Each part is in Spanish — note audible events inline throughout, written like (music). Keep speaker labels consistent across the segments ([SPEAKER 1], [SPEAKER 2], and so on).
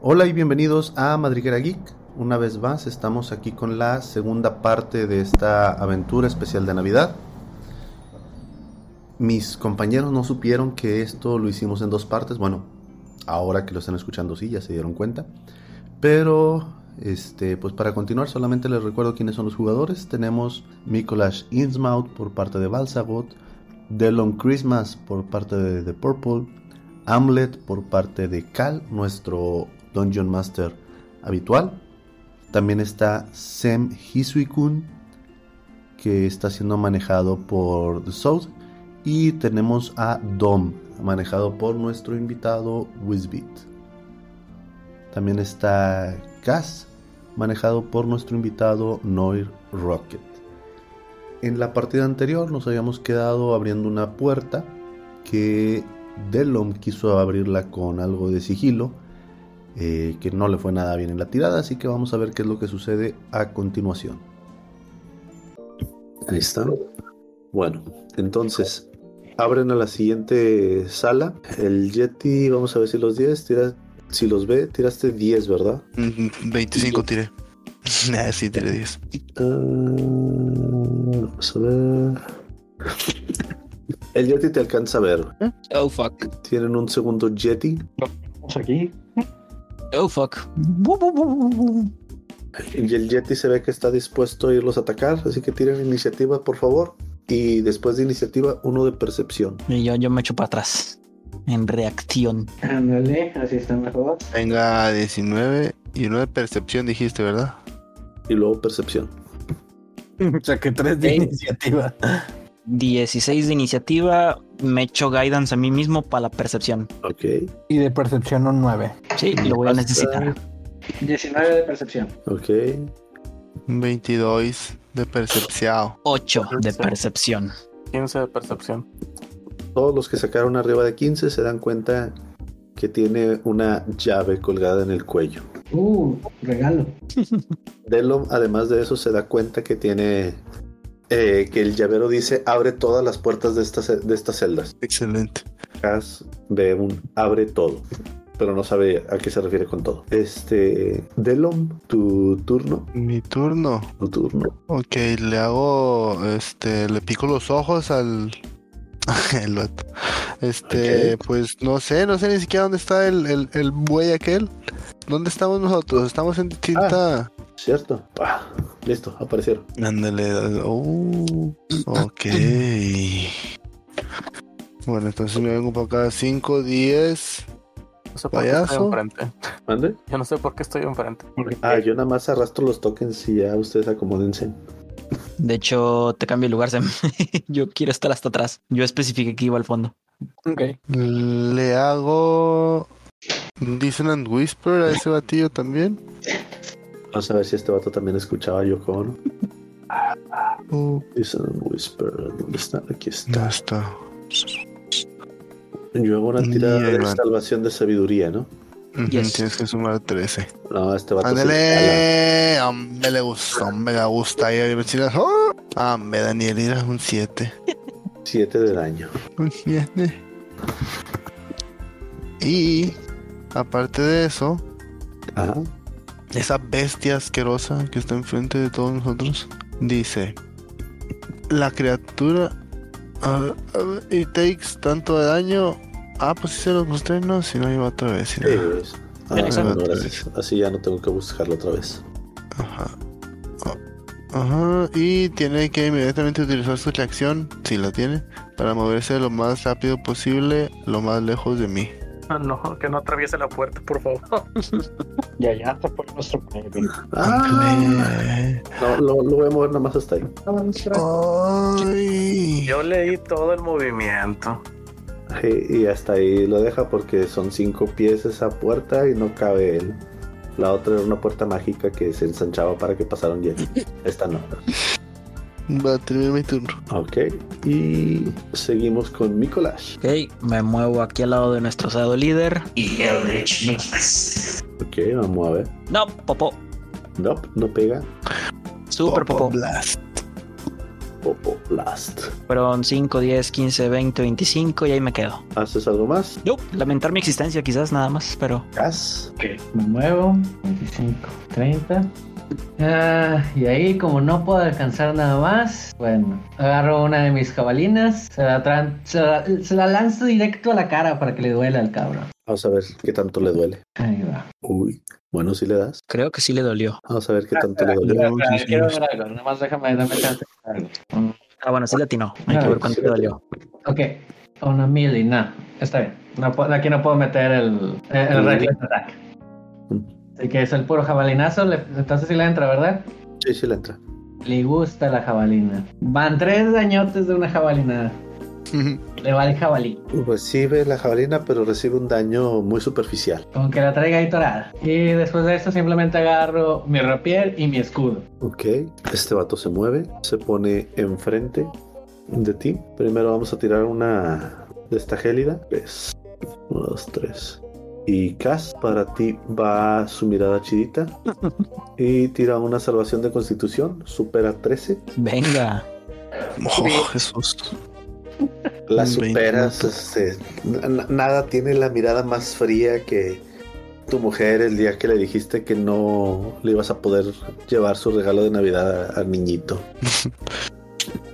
[SPEAKER 1] Hola y bienvenidos a Madriguera Geek. Una vez más estamos aquí con la segunda parte de esta aventura especial de Navidad. Mis compañeros no supieron que esto lo hicimos en dos partes. Bueno, ahora que lo están escuchando sí, ya se dieron cuenta. Pero, este, pues para continuar solamente les recuerdo quiénes son los jugadores. Tenemos Mikolash Innsmouth por parte de Balsagot, Delon Christmas por parte de The Purple, Hamlet por parte de Cal, nuestro Dungeon Master habitual. También está Sem Hisuikun, que está siendo manejado por The South. Y tenemos a Dom, manejado por nuestro invitado Wizbit. También está Cass, manejado por nuestro invitado Noir Rocket. En la partida anterior nos habíamos quedado abriendo una puerta que Delom quiso abrirla con algo de sigilo, eh, que no le fue nada bien en la tirada, así que vamos a ver qué es lo que sucede a continuación. Ahí está. Bueno, entonces abren a la siguiente sala. El Yeti, vamos a ver si los 10, tira- si los ve, tiraste 10, ¿verdad?
[SPEAKER 2] Mm, 25 tiré. Nah, sí, tiré (laughs) 10.
[SPEAKER 1] Ah, vamos a ver. El Yeti te alcanza a ver.
[SPEAKER 3] Oh fuck.
[SPEAKER 1] Tienen un segundo Yeti.
[SPEAKER 4] Estamos aquí.
[SPEAKER 3] Oh fuck.
[SPEAKER 1] Y el Yeti se ve que está dispuesto a irlos a atacar, así que tiren iniciativa, por favor. Y después de iniciativa, uno de percepción.
[SPEAKER 3] Y yo, yo me echo para atrás. En reacción.
[SPEAKER 4] Ándale, así está mejor.
[SPEAKER 2] Venga, 19 y uno de percepción dijiste, ¿verdad?
[SPEAKER 1] Y luego percepción.
[SPEAKER 5] O sea, que tres de
[SPEAKER 3] Ey.
[SPEAKER 5] iniciativa.
[SPEAKER 3] 16 de iniciativa. Me echo guidance a mí mismo para la percepción.
[SPEAKER 1] Ok.
[SPEAKER 5] Y de percepción un 9.
[SPEAKER 3] Sí, lo voy a
[SPEAKER 1] Hasta-
[SPEAKER 3] necesitar.
[SPEAKER 4] 19 de percepción.
[SPEAKER 1] Ok.
[SPEAKER 2] 22 de percepción.
[SPEAKER 3] 8 de percepción.
[SPEAKER 6] 15 de percepción.
[SPEAKER 1] Todos los que sacaron arriba de 15 se dan cuenta que tiene una llave colgada en el cuello.
[SPEAKER 4] Uh, regalo.
[SPEAKER 1] Delom, además de eso, se da cuenta que tiene. eh, que el llavero dice abre todas las puertas de estas, de estas celdas.
[SPEAKER 2] Excelente.
[SPEAKER 1] Cas ve un abre todo, pero no sabe a qué se refiere con todo. Este. Delom, tu turno.
[SPEAKER 2] Mi turno.
[SPEAKER 1] Tu turno.
[SPEAKER 2] Ok, le hago. Este, le pico los ojos al. (laughs) el vato. Este, pues no sé, no sé ni siquiera dónde está el, el, el buey aquel. ¿Dónde estamos nosotros? Estamos en distinta.
[SPEAKER 1] ¿Cierto? Ah, listo, aparecieron.
[SPEAKER 2] Ándale, dale. oh, ok. Bueno, entonces me vengo para acá 5, 10.
[SPEAKER 6] No sé por qué
[SPEAKER 2] Payaso.
[SPEAKER 6] estoy enfrente.
[SPEAKER 1] ¿Mande?
[SPEAKER 6] Yo no sé por qué estoy enfrente.
[SPEAKER 2] Eh.
[SPEAKER 1] Ah, yo nada más arrastro los tokens y ya ustedes acomódense.
[SPEAKER 3] De hecho, te cambio el lugar, Sam. (laughs) yo quiero estar hasta atrás. Yo especifiqué que iba al fondo.
[SPEAKER 5] Ok.
[SPEAKER 2] Le hago Dissonant Whisper a ese batillo también.
[SPEAKER 1] Vamos a ver si este vato también escuchaba yo con.
[SPEAKER 2] Oh,
[SPEAKER 1] Dice Whisper. ¿Dónde está? Aquí está.
[SPEAKER 2] ya está. Mm.
[SPEAKER 1] Yo hago una tirada de
[SPEAKER 2] Mierda.
[SPEAKER 1] salvación de sabiduría, ¿no?
[SPEAKER 2] Ujú,
[SPEAKER 3] Yes.
[SPEAKER 2] Tienes que sumar 13.
[SPEAKER 1] No, este vato. se le
[SPEAKER 2] Ándale, hombre, le gusta, hombre, le gusta. Y ahí me tiras, oh, hombre, Daniel, era un 7.
[SPEAKER 1] cala. Siete de daño.
[SPEAKER 2] Un 7. Y aparte de eso,
[SPEAKER 1] Ajá.
[SPEAKER 2] esa bestia asquerosa que está enfrente de todos nosotros, dice: La criatura a ver, a ver, y takes tanto de daño. Ah, pues si se los mostré, no, si no iba otra vez. si no.
[SPEAKER 1] Sí, pues. Ah,
[SPEAKER 3] Exacto.
[SPEAKER 1] no, gracias. Así ya no tengo que buscarlo otra vez.
[SPEAKER 2] Ajá. Ah, Ajá. Y tiene que inmediatamente utilizar su reacción, si la tiene, para moverse lo más rápido posible, lo más lejos de mí.
[SPEAKER 6] Ah, No, que no atraviese la puerta, por favor. (laughs)
[SPEAKER 4] Ya, ya, hasta por nuestro planeta.
[SPEAKER 1] Ah,
[SPEAKER 2] Ándale.
[SPEAKER 1] no, lo, lo voy a mover nada más hasta ahí.
[SPEAKER 2] Ay.
[SPEAKER 6] Yo leí todo el movimiento.
[SPEAKER 1] Sí, y hasta ahí lo deja porque son cinco pies esa puerta y no cabe él. La otra era una puerta mágica que se ensanchaba para que pasara un jet. Esta no.
[SPEAKER 2] Va a terminar mi turno.
[SPEAKER 1] Ok. Y seguimos con Mikolash.
[SPEAKER 3] Ok, me muevo aquí al lado de nuestro sado líder. Y
[SPEAKER 1] Ok, vamos a ver.
[SPEAKER 3] No, popó.
[SPEAKER 1] Nope, no pega.
[SPEAKER 3] Super popó.
[SPEAKER 2] Blast.
[SPEAKER 1] Popo Oh, Blast.
[SPEAKER 3] Fueron 5, 10, 15, 20, 25 y ahí me quedo.
[SPEAKER 1] ¿Haces algo más?
[SPEAKER 3] Yo, lamentar mi existencia quizás nada más, pero
[SPEAKER 1] Gas.
[SPEAKER 7] Me muevo. 25, 30. Ah, y ahí, como no puedo alcanzar nada más, bueno, agarro una de mis jabalinas, se la, tran- se la- se la lanzo directo a la cara para que le duela al cabrón.
[SPEAKER 1] Vamos a ver qué tanto le duele.
[SPEAKER 7] Ahí va.
[SPEAKER 1] Uy, bueno, si le das.
[SPEAKER 3] creo que sí le dolió.
[SPEAKER 1] Vamos a ver qué tanto le duele.
[SPEAKER 7] Espera,
[SPEAKER 2] no,
[SPEAKER 7] espera,
[SPEAKER 2] sí,
[SPEAKER 7] quiero
[SPEAKER 2] sí.
[SPEAKER 7] ver algo, nada más déjame dame chance de ver algo. Mm,
[SPEAKER 3] Ah, bueno, sí le atinó. Hay que
[SPEAKER 7] Ah,
[SPEAKER 3] ver cuánto
[SPEAKER 1] sí
[SPEAKER 3] le
[SPEAKER 1] le
[SPEAKER 3] dolió.
[SPEAKER 7] Ok, una melee, nah, está bien. No puedo- aquí no puedo meter el, el, el reckless attack. Así que es el puro jabalinazo, le- entonces sí le entra, ¿verdad?
[SPEAKER 1] Sí, sí le entra.
[SPEAKER 7] Le gusta la jabalina. Van tres dañotes de una jabalina. Le va el jabalí.
[SPEAKER 1] Recibe Pues la jabalina, pero recibe un daño muy superficial.
[SPEAKER 7] Con que la traiga ahí torada. Y después de eso simplemente agarro mi rapier y mi escudo.
[SPEAKER 1] Ok, este vato se mueve, se pone enfrente de ti. Primero vamos a tirar una de esta gélida. Tres. Uno, dos, tres. Y Cass, para ti va su mirada chidita. Y tira una salvación de constitución, supera 13.
[SPEAKER 3] Venga.
[SPEAKER 2] Oh, Jesús.
[SPEAKER 1] La
[SPEAKER 2] Un
[SPEAKER 1] superas.
[SPEAKER 2] 20.
[SPEAKER 1] este, na- na- nada tiene la mirada más fría que tu mujer el día que le dijiste que no le ibas a poder llevar su regalo de Navidad a- al niñito.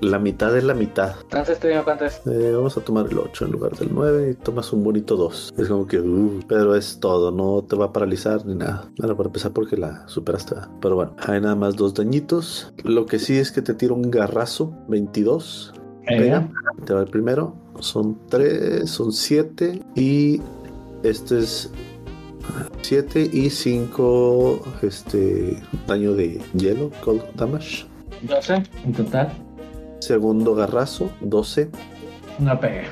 [SPEAKER 1] la mitad es la mitad.
[SPEAKER 7] Entonces te digo cuánto es.
[SPEAKER 1] Eh, vamos a tomar el 8 en lugar del 9 y tomas un bonito 2. Es como que, uh, pero es todo, no te va a paralizar ni nada. Bueno, para empezar porque la superaste. ¿verdad? Pero bueno, hay nada más dos dañitos. Lo que sí es que te tira un garrazo, 22. Pega. Te va el primero. Son tres, son siete. Y este es 7 y 5 este, daño de hielo, cold damage.
[SPEAKER 7] 12 en total.
[SPEAKER 1] Segundo garrazo, 12.
[SPEAKER 7] No pega.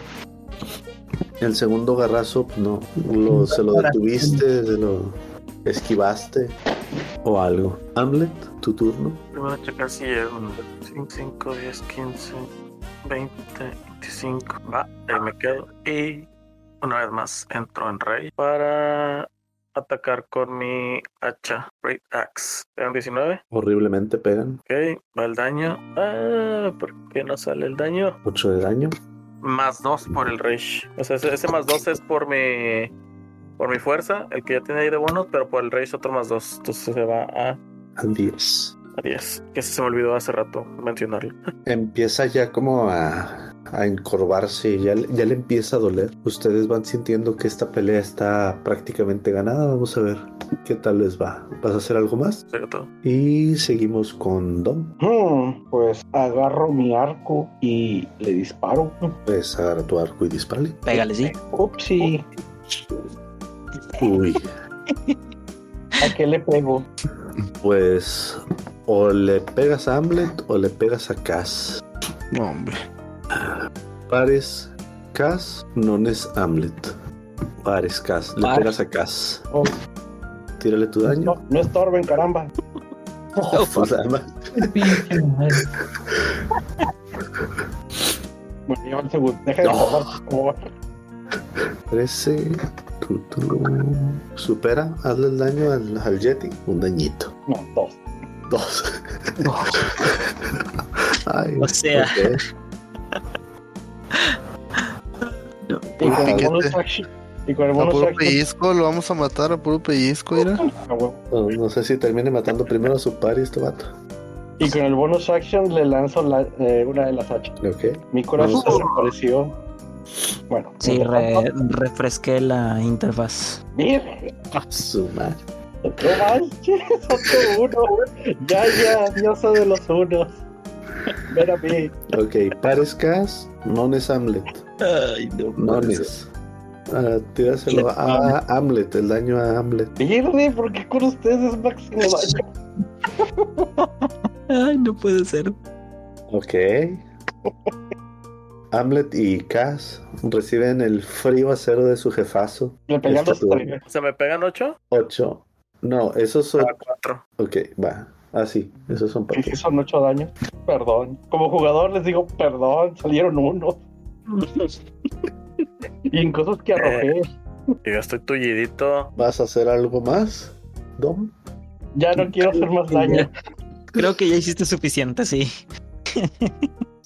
[SPEAKER 1] El segundo garrazo, pues, no, lo- se lo detuviste, se lo esquivaste o algo. Hamlet, tu turno.
[SPEAKER 6] Primero checar si es 5, 10, 15, 20, 25. Va, ahí me quedo. Y una vez más entro en Rey para atacar con mi hacha Great Axe. Pegan 19.
[SPEAKER 1] Horriblemente pegan.
[SPEAKER 6] Ok, va el daño. Ah, ¿por qué no sale el daño?
[SPEAKER 1] 8 de daño.
[SPEAKER 6] Más 2 por el Rage. O sea, ese, ese más 2 es por mi. Por mi fuerza, el que ya tiene ahí de bono, pero por el Rage otro más 2. Entonces se va a,
[SPEAKER 1] A 10.
[SPEAKER 6] a 10. Que ese se me olvidó hace rato mencionarlo.
[SPEAKER 1] Empieza ya como a, a encorvarse, ya, le- ya le empieza a doler. Ustedes van sintiendo que esta pelea está prácticamente ganada. Vamos a ver qué tal les va. ¿Vas a hacer algo más?
[SPEAKER 6] Sería todo.
[SPEAKER 1] Y seguimos con Dom.
[SPEAKER 4] Hmm, pues agarro mi arco y le disparo.
[SPEAKER 1] Puedes agarrar tu arco y dispararle.
[SPEAKER 3] Pégale, sí.
[SPEAKER 4] Upsi,
[SPEAKER 1] Uy,
[SPEAKER 4] ¿a qué
[SPEAKER 1] (laughs)
[SPEAKER 4] le pego?
[SPEAKER 1] pues o le pegas a Hamlet o le pegas a Cass.
[SPEAKER 2] No, hombre.
[SPEAKER 1] Pares Cass, no es Hamlet. Pares Cass, le
[SPEAKER 4] Pares.
[SPEAKER 1] pegas a Cass.
[SPEAKER 4] Oh.
[SPEAKER 1] Tírale tu daño.
[SPEAKER 4] No, no estorben, caramba.
[SPEAKER 1] (laughs) O sea, ma-
[SPEAKER 7] Pinche madre.
[SPEAKER 4] Bueno, lleva el segundo. Deja de
[SPEAKER 1] No.
[SPEAKER 4] robar, por favor.
[SPEAKER 1] 13. tu, tu. Supera, hazle el daño al, al Yeti. Un dañito.
[SPEAKER 4] No, dos.
[SPEAKER 1] Dos. Ay,
[SPEAKER 3] O sea.
[SPEAKER 4] Y con
[SPEAKER 1] Ah,
[SPEAKER 4] el
[SPEAKER 2] piquete.
[SPEAKER 4] bonus action. Y con el
[SPEAKER 2] A
[SPEAKER 4] bonus
[SPEAKER 2] puro
[SPEAKER 4] action.
[SPEAKER 2] pellizco, lo vamos a matar a puro pellizco, mira.
[SPEAKER 4] (laughs) Ah, huevo.
[SPEAKER 1] ok. No, no sé si termine matando primero a su par y este vato.
[SPEAKER 4] Y con el bonus action le lanzo la- eh, una de las hachas.
[SPEAKER 1] Ok.
[SPEAKER 4] Mi corazón
[SPEAKER 1] No.
[SPEAKER 4] desapareció. Bueno,
[SPEAKER 3] Sí,
[SPEAKER 4] mientras tanto,
[SPEAKER 3] re- refresqué la interfaz.
[SPEAKER 4] mira,
[SPEAKER 1] Su madre.
[SPEAKER 4] no manches, (laughs) otro uno. Ya, ya, diosa de los unos. Ven a mí.
[SPEAKER 1] Ok, pares Cas, nones Hamlet.
[SPEAKER 3] Ay, no.
[SPEAKER 1] Nones. Ah, tíraselo a Hamlet, el daño a Hamlet.
[SPEAKER 4] Mire, ¿por qué con ustedes es máximo daño?
[SPEAKER 3] Ay, no puede ser.
[SPEAKER 1] Ok. Hamlet y Cas reciben el frío acero de su jefazo.
[SPEAKER 4] Le pegan
[SPEAKER 1] Está
[SPEAKER 4] los
[SPEAKER 1] peor.
[SPEAKER 4] tres.
[SPEAKER 6] ¿Se me pegan 8?
[SPEAKER 1] 8. No, esos son.
[SPEAKER 6] A 4.
[SPEAKER 1] Ok, va. Ah, sí, esos son para
[SPEAKER 4] Ah. Sí, sí, son ocho daños. Perdón. Como jugador les digo perdón, salieron uno. y en cosas que arrojé.
[SPEAKER 6] Yo ya estoy tullidito.
[SPEAKER 1] ¿Vas a hacer algo más, Dom?
[SPEAKER 4] Ya no quiero hacer más daño.
[SPEAKER 3] Creo que ya hiciste suficiente, sí.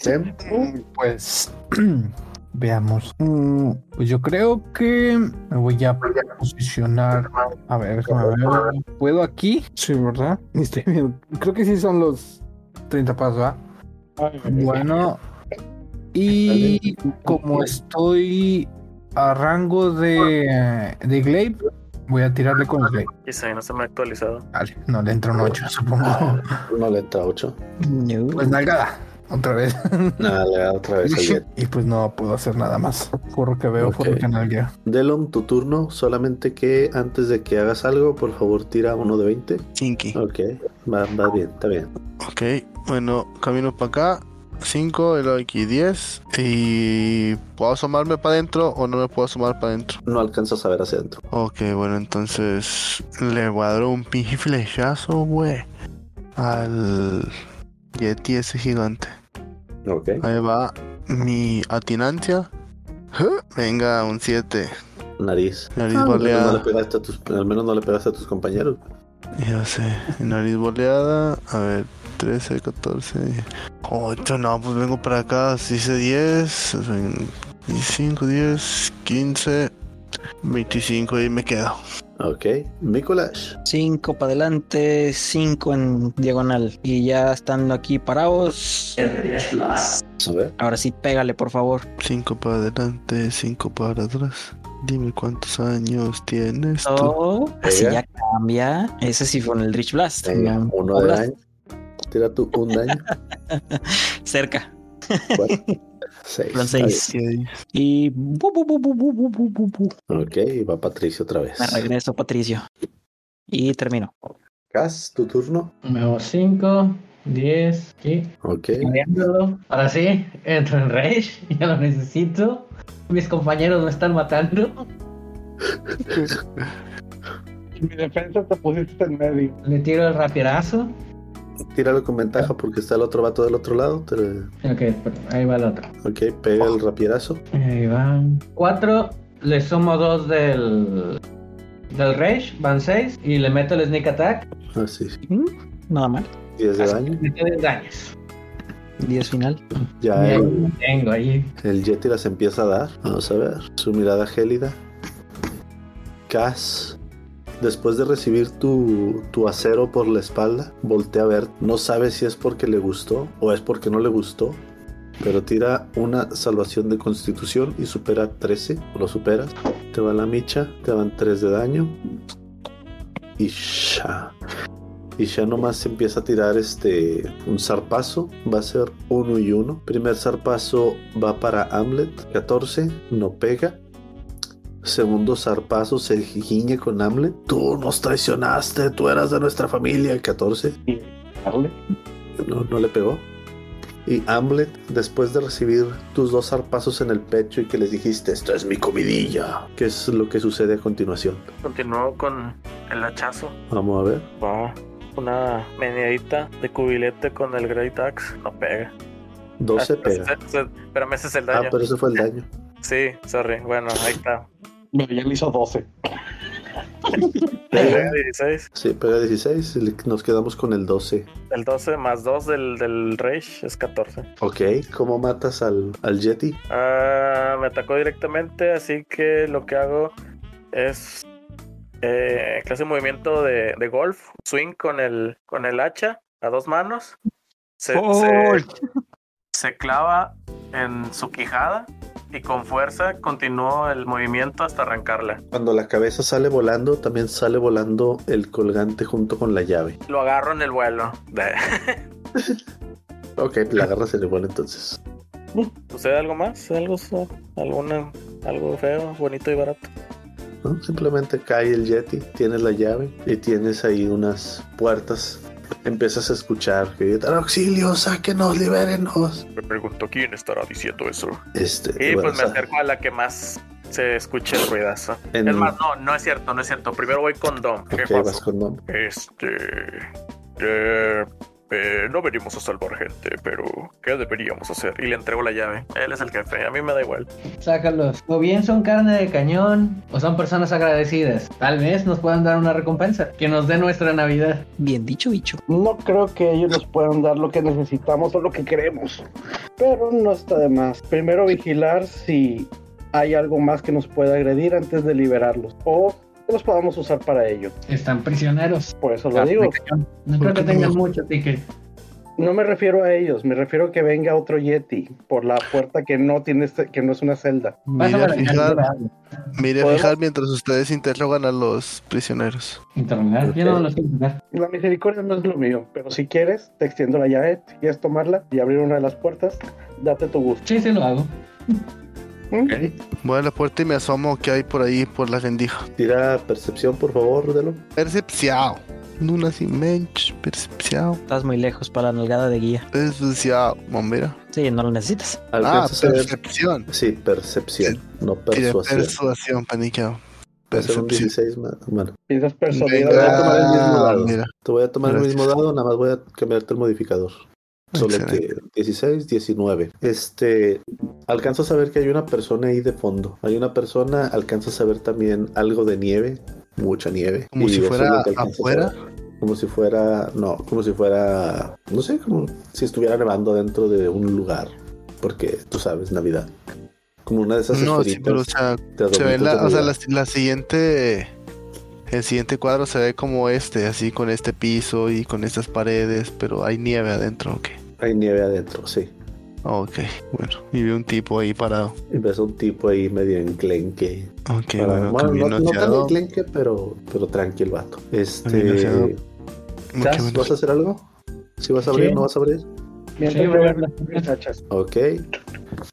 [SPEAKER 1] Em,
[SPEAKER 5] Mm, Pues veamos. Mm, Pues yo creo que me voy a posicionar. A ver, déjame ver. ¿Puedo aquí? Sí, ¿verdad? (laughs) Estoy viendo. Creo que sí son los 30 pasos, ¿va? Bueno. Y como estoy a rango de, de Glaive, voy a tirarle con el Glaive.
[SPEAKER 6] Y se no se me ha actualizado.
[SPEAKER 5] Vale, no le entra un 8, supongo.
[SPEAKER 1] no le entra 8.
[SPEAKER 3] No.
[SPEAKER 5] Pues nalgada. Otra vez.
[SPEAKER 1] Nada, Ah, le da otra vez el 10. (laughs)
[SPEAKER 5] (laughs) Y pues no puedo hacer nada más. Por lo que veo, por lo
[SPEAKER 1] Ok.
[SPEAKER 5] que nalguea.
[SPEAKER 1] Delon, tu turno, solamente que antes de que hagas algo, por favor tira uno de 20.
[SPEAKER 2] Cinqui.
[SPEAKER 1] Ok, va, va bien, está bien.
[SPEAKER 2] Ok, bueno, camino para acá. 5, el aquí 10. Y. ¿Puedo asomarme para adentro o no me puedo asomar para adentro?
[SPEAKER 1] No alcanzas a ver hacia adentro.
[SPEAKER 2] Ok, bueno, entonces. Le guardó un pinche flechazo, güey. Al. Yeti ese gigante.
[SPEAKER 1] Ok.
[SPEAKER 2] Ahí va mi atinancia. ¡Huh! Venga, un 7.
[SPEAKER 1] Nariz.
[SPEAKER 2] Nariz
[SPEAKER 1] Ah, bueno, no le
[SPEAKER 2] boleada.
[SPEAKER 1] pegaste a tus, al menos no le pegaste a tus compañeros.
[SPEAKER 2] Ya sé. Nariz boleada. A ver, 13, 14. 8, no, pues vengo para acá. Si hice 10. 25, 10, 15, 25 y me quedo.
[SPEAKER 1] Ok. Mikolash.
[SPEAKER 3] Cinco para adelante, cinco en diagonal. Y ya estando aquí parados.
[SPEAKER 1] A ver.
[SPEAKER 3] Ahora sí, pégale, por favor.
[SPEAKER 2] 5 para adelante, 5 para atrás. Dime cuántos años tienes tú.
[SPEAKER 3] Oh, así
[SPEAKER 1] Pega.
[SPEAKER 3] ya cambia. Ese sí fue en el Rich Blast.
[SPEAKER 1] Venga,
[SPEAKER 3] No,
[SPEAKER 1] uno de
[SPEAKER 3] Blast.
[SPEAKER 1] daño. Tira tu un daño.
[SPEAKER 3] Cerca. (laughs)
[SPEAKER 1] Cuatro. Seis.
[SPEAKER 3] Fueron seis. Y bu, bu, bu, bu, bu, bu, bu, bu, bu.
[SPEAKER 1] Ok, va Patricio otra vez.
[SPEAKER 3] me regreso, Patricio. Y termino.
[SPEAKER 1] Cas, tu turno.
[SPEAKER 7] Me hago 5, 10, aquí.
[SPEAKER 1] Ok.
[SPEAKER 7] Cambiándolo. Ahora sí, entro en Rage, (laughs) ya lo necesito. Mis compañeros me están matando.
[SPEAKER 4] En mi defensa te pusiste en medio.
[SPEAKER 7] Le tiro el rapierazo.
[SPEAKER 1] Tíralo con ventaja porque está el otro vato del otro lado. Te-
[SPEAKER 7] Ok, pero ahí va el otro.
[SPEAKER 1] Ok, pega el rapierazo.
[SPEAKER 7] Ahí van. 4, le sumo 2 del. Del Rage, van 6. Y le meto el Sneak Attack.
[SPEAKER 1] Así. sí.
[SPEAKER 3] Mm, Nada mal.
[SPEAKER 1] 10 de daño.
[SPEAKER 7] Me quedan daños.
[SPEAKER 3] 10 final.
[SPEAKER 1] Ya
[SPEAKER 7] Y ahí
[SPEAKER 1] el,
[SPEAKER 7] lo tengo ahí.
[SPEAKER 1] el Yeti las empieza a dar. Vamos a ver. Su mirada gélida. Cas, después de recibir tu, tu acero por la espalda, voltea a ver. No sabe si es porque le gustó o es porque no le gustó. Pero tira una salvación de constitución y supera 13. Lo superas. Te va la micha. Te van 3 de daño. Y ya. Y ya nomás empieza a tirar este un zarpazo. Va a ser uno y uno. Primer zarpazo va para Hamlet. 14. No pega. Segundo zarpazo se giñe con Hamlet. Tú nos traicionaste. Tú eras de nuestra familia. 14.
[SPEAKER 4] Dale.
[SPEAKER 1] No, no le pegó. Y Hamlet, después de recibir tus dos zarpazos en el pecho y que les dijiste, esto es mi comidilla, ¿qué es lo que sucede a continuación?
[SPEAKER 6] Continúo con el hachazo.
[SPEAKER 1] Vamos a ver.
[SPEAKER 6] Va. Una meneadita de cubilete con el Great Axe. No pega.
[SPEAKER 1] 12
[SPEAKER 6] Ah,
[SPEAKER 1] pega.
[SPEAKER 6] ese- ese- Pero me haces el
[SPEAKER 1] Ah,
[SPEAKER 6] daño.
[SPEAKER 1] pero ese fue el daño.
[SPEAKER 6] Sí, sorry. Bueno, ahí está.
[SPEAKER 4] Bueno, ya le hizo 12.
[SPEAKER 1] Pega.
[SPEAKER 6] 16.
[SPEAKER 1] Sí, pega 16, le- nos quedamos con el 12.
[SPEAKER 6] El 12 más 2 del, del Rage es 14.
[SPEAKER 1] Ok, ¿cómo matas al, al Yeti?
[SPEAKER 6] Ah, me atacó directamente, así que lo que hago es eh, clase de movimiento de, de golf, swing con el, con el hacha a dos manos. Se, se, se clava en su quijada y con fuerza continúo el movimiento hasta arrancarla.
[SPEAKER 1] Cuando la cabeza sale volando, también sale volando el colgante junto con la llave.
[SPEAKER 6] Lo agarro en el vuelo.
[SPEAKER 1] Ok, la agarras en el vuelo entonces.
[SPEAKER 6] (laughs) ¿Sucede algo más? ¿Algo, su- alguna, algo feo, bonito y barato?
[SPEAKER 1] ¿no? Simplemente cae el Yeti, tienes la llave y tienes ahí unas puertas. Empiezas a escuchar que gritan, auxilio, sáquenos, libérenos.
[SPEAKER 6] Me pregunto quién estará diciendo eso.
[SPEAKER 1] Este,
[SPEAKER 6] Y
[SPEAKER 1] bueno,
[SPEAKER 6] pues me
[SPEAKER 1] o sea,
[SPEAKER 6] acerco a la que más se escuche el ruidazo.
[SPEAKER 1] en-
[SPEAKER 6] Es más, no, no es cierto, no es cierto. Primero voy con Dom. ¿Qué
[SPEAKER 1] ok, vas
[SPEAKER 6] pasó?
[SPEAKER 1] con Dom.
[SPEAKER 6] Este. eh, Este, eh, no venimos a salvar gente, pero ¿qué deberíamos hacer? Y le entrego la llave. Él es el jefe, a mí me da igual. (laughs)
[SPEAKER 7] Sácalos. O bien son carne de cañón, o son personas agradecidas. Tal vez nos puedan dar una recompensa, que nos dé nuestra Navidad.
[SPEAKER 3] Bien dicho, bicho.
[SPEAKER 4] No creo que ellos nos puedan dar lo que necesitamos o lo que queremos. Pero no está de más. Primero vigilar si hay algo más que nos pueda agredir antes de liberarlos. O que los podamos usar para ello.
[SPEAKER 7] Están prisioneros.
[SPEAKER 4] Por eso lo
[SPEAKER 7] Carne
[SPEAKER 4] digo.
[SPEAKER 7] de cañón. No creo que tengan mucho, así que
[SPEAKER 4] No me refiero a ellos, me refiero a que venga otro Yeti por la puerta que no tiene este- que no es una celda.
[SPEAKER 2] Mire a
[SPEAKER 7] pásame la
[SPEAKER 2] fijar,
[SPEAKER 7] captura.
[SPEAKER 2] mire a
[SPEAKER 4] ¿Podemos?
[SPEAKER 2] fijar mientras ustedes interrogan a los prisioneros.
[SPEAKER 7] Interrogar. Yo no los quiero interrogar.
[SPEAKER 4] La misericordia no es lo mío, pero si quieres, te extiendo la llave, si quieres tomarla y abrir una de las puertas, date tu gusto.
[SPEAKER 7] Sí, sí lo hago.
[SPEAKER 4] ¿Mm?
[SPEAKER 2] Voy a la puerta y me asomo que hay por ahí por la rendija.
[SPEAKER 1] Tira percepción, por favor, Delo.
[SPEAKER 2] Percepciao. Luna sin mench, percepciao.
[SPEAKER 3] Estás muy lejos para la nalgada de guía.
[SPEAKER 2] Percepciao. Bombera.
[SPEAKER 3] Sí, no lo necesitas.
[SPEAKER 2] Ah,
[SPEAKER 1] Alcanzas a ver-
[SPEAKER 2] percepción.
[SPEAKER 1] Sí, percepción, no
[SPEAKER 2] Tiré
[SPEAKER 1] persuasión.
[SPEAKER 2] persuación, paniqueado.
[SPEAKER 1] Va a ser un
[SPEAKER 2] Percepción.
[SPEAKER 1] 16 más. ah, Bueno,
[SPEAKER 4] Piensas persuadir
[SPEAKER 1] voy a
[SPEAKER 4] a
[SPEAKER 1] Venga. tomar el mismo dado.
[SPEAKER 2] mira.
[SPEAKER 1] te voy a tomar
[SPEAKER 2] Gracias.
[SPEAKER 1] el mismo dado, nada más voy a cambiarte el modificador. Solo que
[SPEAKER 2] Excelente.
[SPEAKER 1] 16, 19. Este, alcanzas a ver que hay una persona ahí de fondo. Hay una persona, alcanzas a ver también algo de nieve, mucha nieve.
[SPEAKER 2] Como si
[SPEAKER 1] eso es
[SPEAKER 2] fuera
[SPEAKER 1] lo que alcanzas a
[SPEAKER 2] afuera.
[SPEAKER 1] ver. Como si fuera, no, como si fuera, no sé, como si estuviera nevando dentro de un lugar. Porque tú sabes, Navidad. Como una de esas
[SPEAKER 2] No, sí,
[SPEAKER 1] esferitas
[SPEAKER 2] pero o sea,
[SPEAKER 1] de
[SPEAKER 2] se ve
[SPEAKER 1] adornitos de
[SPEAKER 2] la, o sea,
[SPEAKER 1] Navidad.
[SPEAKER 2] la, la siguiente. El siguiente cuadro se ve como este, así con este piso y con estas paredes, pero hay nieve adentro, ok.
[SPEAKER 1] Hay nieve adentro, sí.
[SPEAKER 2] Ok, bueno. Y vi un tipo ahí parado.
[SPEAKER 1] Y ves a un tipo ahí medio enclenque.
[SPEAKER 2] Ok,
[SPEAKER 1] Para-
[SPEAKER 2] bueno,
[SPEAKER 1] bueno, no, no tan
[SPEAKER 2] caminoseado.
[SPEAKER 1] enclenque, pero, pero tranquilo, vato.
[SPEAKER 2] Caminoseado.
[SPEAKER 1] Este,
[SPEAKER 2] Mucho
[SPEAKER 1] Chas,
[SPEAKER 2] menos.
[SPEAKER 1] ¿Vas a hacer algo? ¿Si vas a abrir,
[SPEAKER 7] Sí.
[SPEAKER 1] no vas a abrir?
[SPEAKER 4] mientras
[SPEAKER 7] Sí,
[SPEAKER 4] yo
[SPEAKER 7] voy a
[SPEAKER 4] veo
[SPEAKER 7] ver la-
[SPEAKER 4] las muchachas.
[SPEAKER 1] Ok.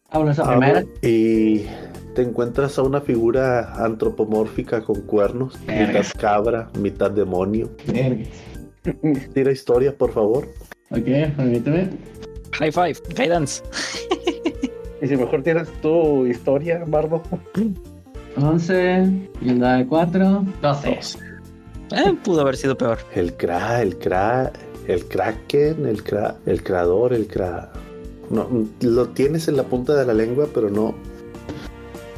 [SPEAKER 7] Hablo esa
[SPEAKER 1] Abre
[SPEAKER 7] primera.
[SPEAKER 1] Y te encuentras a una figura antropomórfica con cuernos, mitad
[SPEAKER 7] Vergas.
[SPEAKER 1] cabra, mitad demonio.
[SPEAKER 7] Vergas.
[SPEAKER 1] Tira historia, por favor.
[SPEAKER 7] Ok, permíteme.
[SPEAKER 3] High five, guidance.
[SPEAKER 4] Y si mejor tienes tu historia, Bardo.
[SPEAKER 7] 11, y el dado de 4, 12.
[SPEAKER 3] Eh, pudo haber sido peor.
[SPEAKER 1] El cra, el cra, el kraken, el cra, el creador, el cra. No, mm, lo tienes en la punta de la lengua, pero no.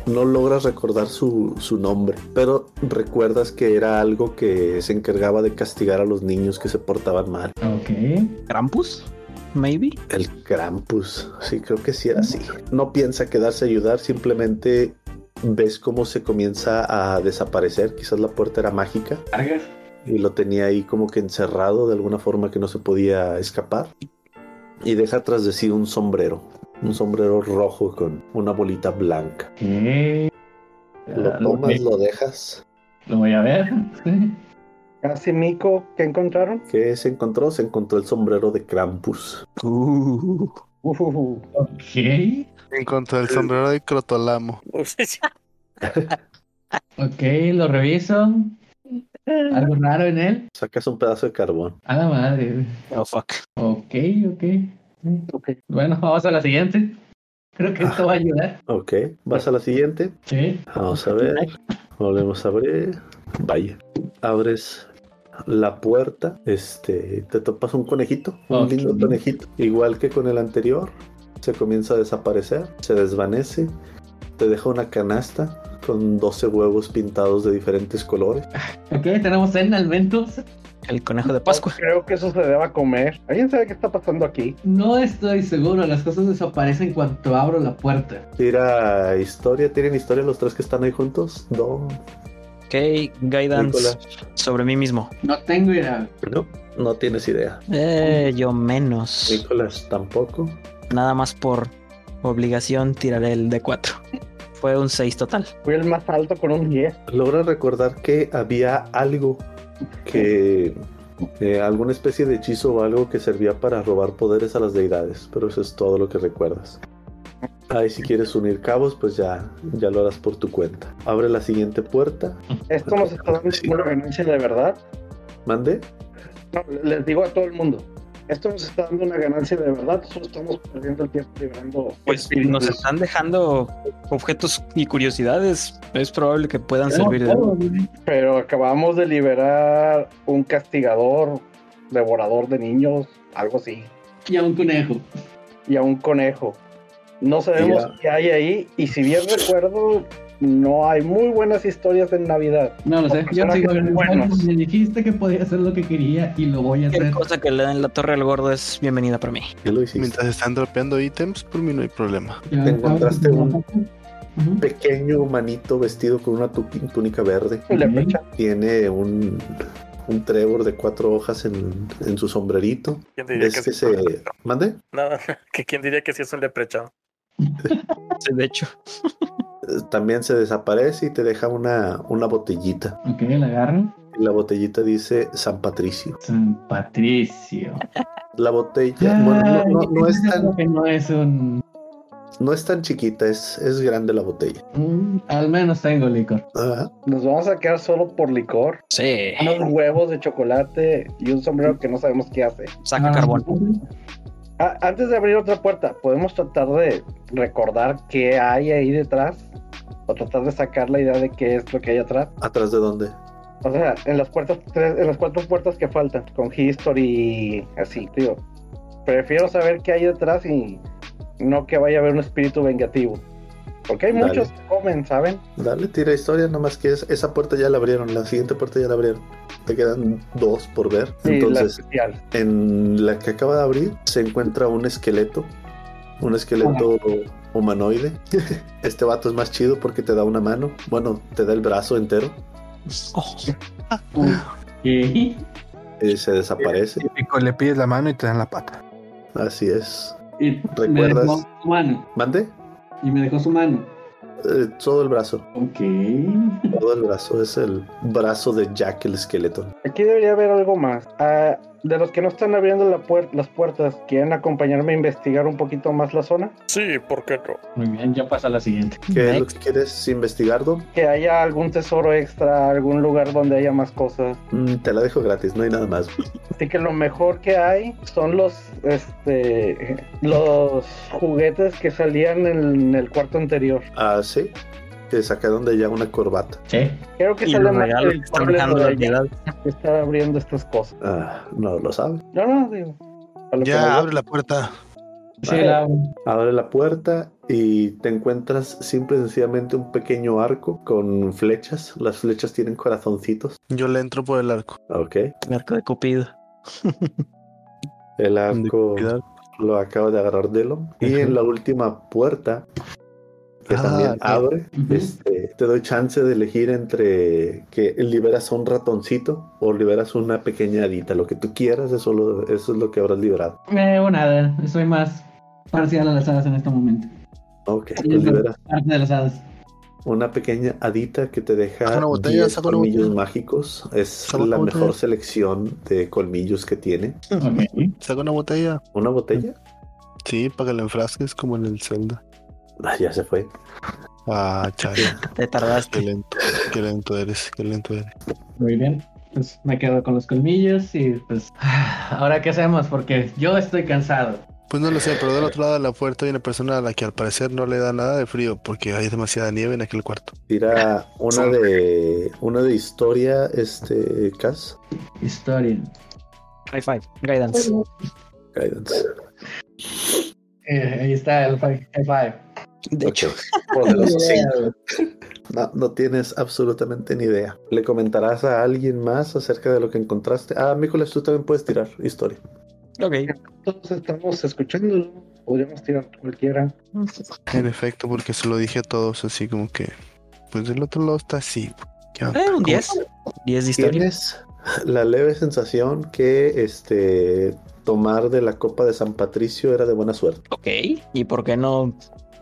[SPEAKER 1] No logras recordar su, su nombre, pero recuerdas que era algo que se encargaba de castigar a los niños que se portaban mal.
[SPEAKER 7] Ok.
[SPEAKER 3] Krampus, maybe.
[SPEAKER 1] El Krampus, sí, creo que sí era así. No piensa quedarse a ayudar, simplemente ves cómo se comienza a desaparecer. Quizás la puerta era mágica
[SPEAKER 7] Vergas.
[SPEAKER 1] y lo tenía ahí como que encerrado de alguna forma que no se podía escapar. Y deja tras de sí un sombrero, un sombrero rojo con una bolita blanca.
[SPEAKER 7] Ok.
[SPEAKER 1] Lo
[SPEAKER 7] Ah,
[SPEAKER 1] tomas,
[SPEAKER 7] ok.
[SPEAKER 1] lo dejas.
[SPEAKER 7] Lo voy a ver. (laughs) Sí.
[SPEAKER 4] Casi Mico, ¿qué encontraron?
[SPEAKER 1] ¿Qué se encontró? Se encontró el sombrero de Krampus.
[SPEAKER 4] Ujujuju.
[SPEAKER 7] Ok.
[SPEAKER 2] Encontré el sombrero de Crotolamo.
[SPEAKER 7] Ok, lo reviso. Algo raro en él.
[SPEAKER 1] Sacas un pedazo de carbón.
[SPEAKER 7] A la madre.
[SPEAKER 3] Oh, fuck.
[SPEAKER 7] Ok, ok.
[SPEAKER 4] Ok.
[SPEAKER 7] Bueno, vamos a la siguiente. Creo que esto va a ayudar.
[SPEAKER 1] Ok, vas a la siguiente.
[SPEAKER 7] Sí.
[SPEAKER 1] Vamos a ver. Volvemos a abrir. Vaya. Abres la puerta. Este. Te topas un conejito. Un
[SPEAKER 7] Ok.
[SPEAKER 1] lindo conejito. Igual que con el anterior. Se comienza a desaparecer. Se desvanece. Te deja una canasta con 12 huevos pintados de diferentes colores.
[SPEAKER 7] Ok, tenemos cena, almentos.
[SPEAKER 3] El conejo de Pascua.
[SPEAKER 4] Oh, Creo que eso se deba comer. ¿Alguien sabe qué está pasando aquí?
[SPEAKER 7] No estoy seguro, las cosas desaparecen cuando abro la puerta.
[SPEAKER 1] Tira historia. ¿Tienen historia los tres que están ahí juntos? No.
[SPEAKER 3] Ok, guidance
[SPEAKER 1] Nicolás.
[SPEAKER 3] sobre mí mismo.
[SPEAKER 7] No tengo idea.
[SPEAKER 1] No. No tienes idea.
[SPEAKER 3] Eh, yo menos.
[SPEAKER 1] Nicolás tampoco.
[SPEAKER 3] Nada más por obligación tiraré el D4. Fue un 6 total.
[SPEAKER 4] Fui el más alto con un 10.
[SPEAKER 1] logra recordar que había algo que eh, alguna especie de hechizo o algo que servía para robar poderes a las deidades, pero eso es todo lo que recuerdas. Ahí si quieres unir cabos, pues ya, ya lo harás por tu cuenta. Abre la siguiente puerta,
[SPEAKER 4] Esto nos está dando
[SPEAKER 1] Sí.
[SPEAKER 4] una ganancia de verdad.
[SPEAKER 1] mande.
[SPEAKER 4] No, les digo a todo el mundo. Esto nos está dando una ganancia de verdad. Solo estamos perdiendo el tiempo liberando.
[SPEAKER 3] Pues
[SPEAKER 4] espíritus.
[SPEAKER 3] nos están dejando objetos y curiosidades. Es probable que puedan servir de algo.
[SPEAKER 4] Pero acabamos de liberar un castigador, devorador de niños, algo así.
[SPEAKER 7] Y a un conejo.
[SPEAKER 4] Y a un conejo. No sabemos
[SPEAKER 1] Mira.
[SPEAKER 4] qué hay ahí. Y si bien recuerdo, no hay muy buenas historias en Navidad.
[SPEAKER 7] No lo sé.
[SPEAKER 4] Los
[SPEAKER 7] Yo
[SPEAKER 4] personajes
[SPEAKER 7] sigo en el
[SPEAKER 4] buenos.
[SPEAKER 7] banco, Me dijiste que podía hacer lo que quería y lo voy a
[SPEAKER 3] Cualquier
[SPEAKER 7] hacer.
[SPEAKER 3] cosa que le den la torre al gordo es bienvenida para mí.
[SPEAKER 1] ¿Qué lo hiciste?
[SPEAKER 2] Mientras están dropeando ítems, por mí no hay problema.
[SPEAKER 7] Ya,
[SPEAKER 1] Te encontraste
[SPEAKER 7] ¿sabes?
[SPEAKER 1] un-
[SPEAKER 7] Ujú.
[SPEAKER 1] Pequeño humanito vestido con una tu- túnica verde.
[SPEAKER 4] Le
[SPEAKER 7] Ujú.
[SPEAKER 4] flecha.
[SPEAKER 1] Tiene un, un trébol de cuatro hojas en, en su sombrerito.
[SPEAKER 6] ¿Quién diría
[SPEAKER 1] ¿Ves
[SPEAKER 6] que,
[SPEAKER 1] que
[SPEAKER 6] sí es un
[SPEAKER 1] se...
[SPEAKER 6] leprechón?
[SPEAKER 1] ¿Mande?
[SPEAKER 6] Nada, (laughs) que quién diría que sí es un leprechón.
[SPEAKER 3] Sí, de hecho.
[SPEAKER 1] Eh, También se desaparece y te deja una, una botellita.
[SPEAKER 7] Ok, la agarro.
[SPEAKER 1] Y la botellita dice San Patricio.
[SPEAKER 7] San Patricio.
[SPEAKER 1] La botella
[SPEAKER 4] Ah,
[SPEAKER 1] bueno, no, no- no es tan,
[SPEAKER 7] Que no es un.
[SPEAKER 1] no es tan chiquita, es, es grande la botella. Ah,
[SPEAKER 7] Mm, Al menos tengo licor.
[SPEAKER 1] Ajá.
[SPEAKER 4] Nos vamos a quedar solo por licor,
[SPEAKER 3] Sí,
[SPEAKER 4] unos huevos de chocolate y un sombrero que no sabemos qué hace.
[SPEAKER 3] saca
[SPEAKER 7] Ah,
[SPEAKER 3] carbón.
[SPEAKER 4] Ah, antes de abrir otra puerta, podemos tratar de recordar qué hay ahí detrás o tratar de sacar la idea de qué es lo que hay atrás.
[SPEAKER 1] ¿Atrás de dónde?
[SPEAKER 4] O sea, en las puertas, tres- en las cuatro puertas que faltan, con history y así, tío. Prefiero saber qué hay detrás y no que vaya a haber un espíritu vengativo. Porque hay
[SPEAKER 1] Dale.
[SPEAKER 4] muchos que comen, ¿saben?
[SPEAKER 1] Dale, tira historia, nomás que es- esa puerta ya la abrieron, la siguiente puerta ya la abrieron. Te quedan dos por ver.
[SPEAKER 4] Sí, la
[SPEAKER 1] Entonces,
[SPEAKER 4] especial.
[SPEAKER 1] en la que acaba de abrir se encuentra un esqueleto, un esqueleto humanoide. (laughs) Este vato es más chido porque te da una mano, bueno, te da el brazo entero,
[SPEAKER 3] Oh,
[SPEAKER 7] ¿Qué?
[SPEAKER 1] eh, se desaparece.
[SPEAKER 5] Típico, le pides la mano y te dan la pata.
[SPEAKER 1] Así es.
[SPEAKER 7] Y me
[SPEAKER 1] ¿Recuerdas?
[SPEAKER 7] dejó su mano.
[SPEAKER 1] ¿Mande?
[SPEAKER 7] Y me dejó su mano.
[SPEAKER 1] Eh, todo el brazo,
[SPEAKER 7] Ok.
[SPEAKER 1] todo el brazo es el brazo de Jack el esqueleto.
[SPEAKER 4] Aquí debería haber algo más. Ah, de los que no están abriendo la puer- las puertas, ¿quieren acompañarme a investigar un poquito más la zona?
[SPEAKER 6] Sí, ¿por qué no?
[SPEAKER 7] Muy bien, ya pasa a la siguiente.
[SPEAKER 1] ¿Qué es lo
[SPEAKER 3] next.
[SPEAKER 1] que quieres investigar, Dom?
[SPEAKER 4] Que haya algún tesoro extra, algún lugar donde haya más cosas.
[SPEAKER 1] Mm, te la dejo gratis, no hay nada más.
[SPEAKER 4] Así que lo mejor que hay son los este los juguetes que salían en, el cuarto anterior.
[SPEAKER 1] Ah, sí. Te sacaron de allá una corbata.
[SPEAKER 7] Sí.
[SPEAKER 4] Creo que
[SPEAKER 3] y los
[SPEAKER 4] salen más
[SPEAKER 3] regalos
[SPEAKER 4] el
[SPEAKER 3] que están
[SPEAKER 4] doble
[SPEAKER 3] dejando
[SPEAKER 4] de
[SPEAKER 3] la
[SPEAKER 4] allá
[SPEAKER 3] entidad.
[SPEAKER 4] que está abriendo estas cosas.
[SPEAKER 1] Ah, no lo sabe.
[SPEAKER 4] No, no, digo. a lo que me-
[SPEAKER 2] Ya, abre la puerta.
[SPEAKER 7] Sí,
[SPEAKER 1] Vale.
[SPEAKER 7] la-
[SPEAKER 1] Abre la puerta y te encuentras simple y sencillamente un pequeño arco con flechas. Las flechas tienen corazoncitos.
[SPEAKER 2] Yo le entro por el arco.
[SPEAKER 1] Ok.
[SPEAKER 3] El arco de Cupido.
[SPEAKER 1] El
[SPEAKER 2] De
[SPEAKER 1] arco
[SPEAKER 2] cuidado.
[SPEAKER 1] lo acaba de agarrar Delon. Y en la última puerta, que
[SPEAKER 2] Ah,
[SPEAKER 1] también
[SPEAKER 2] ok.
[SPEAKER 1] abre,
[SPEAKER 7] Ujú.
[SPEAKER 1] este, te doy chance de elegir entre que liberas un ratoncito o liberas una pequeña adita. Lo que tú quieras, eso, lo- eso es lo que habrás liberado.
[SPEAKER 7] Eh, o nada, soy más parcial a las hadas en este momento.
[SPEAKER 1] Ok,
[SPEAKER 7] Sí,
[SPEAKER 1] pues
[SPEAKER 7] no.
[SPEAKER 1] liberas
[SPEAKER 7] Parte de las hadas. una
[SPEAKER 1] una pequeña adita que te deja
[SPEAKER 2] Saca una botella,
[SPEAKER 1] 10
[SPEAKER 2] saca una
[SPEAKER 1] colmillos
[SPEAKER 2] botella.
[SPEAKER 1] mágicos. Es
[SPEAKER 2] Saca una
[SPEAKER 1] la
[SPEAKER 2] botella.
[SPEAKER 1] mejor selección de colmillos que tiene.
[SPEAKER 7] Ok.
[SPEAKER 2] Saca una botella.
[SPEAKER 1] ¿Una botella?
[SPEAKER 2] Sí, para que la enfrasques como en el Zelda.
[SPEAKER 1] Ah, ya se fue.
[SPEAKER 2] Ah, chale.
[SPEAKER 3] Te
[SPEAKER 2] Qué
[SPEAKER 3] tardaste.
[SPEAKER 2] lento, qué lento eres, qué lento eres.
[SPEAKER 7] Muy bien. Pues me quedo con los colmillos y pues. (sighs) Ahora qué hacemos porque yo estoy cansado.
[SPEAKER 2] Pues no lo sé, pero del otro lado de la puerta hay una persona a la que al parecer no le da nada de frío porque hay demasiada nieve en aquel cuarto.
[SPEAKER 1] Tira
[SPEAKER 2] (laughs)
[SPEAKER 1] una de una de historia, este Cas.
[SPEAKER 7] Historia.
[SPEAKER 3] High five. Guidance.
[SPEAKER 1] Guidance.
[SPEAKER 7] Eh, ahí está el fi- el five.
[SPEAKER 3] De hecho, (laughs)
[SPEAKER 1] Ok. Poderoso cinco. No, no tienes absolutamente ni idea. ¿Le comentarás a alguien más acerca de lo que encontraste? Ah, Mícolas, tú también puedes tirar historia.
[SPEAKER 3] ok. Eh,
[SPEAKER 4] Todos estamos escuchándolo. Podríamos tirar cualquiera.
[SPEAKER 2] En efecto, porque se lo dije a todos así como que, pues del otro lado está así. ¿Qué onda?
[SPEAKER 3] Eh, un
[SPEAKER 2] ¿Cómo-
[SPEAKER 3] 10. 10 de historia.
[SPEAKER 1] Tienes la leve sensación que este tomar de la copa de San Patricio era de buena suerte.
[SPEAKER 3] Ok. ¿Y por qué no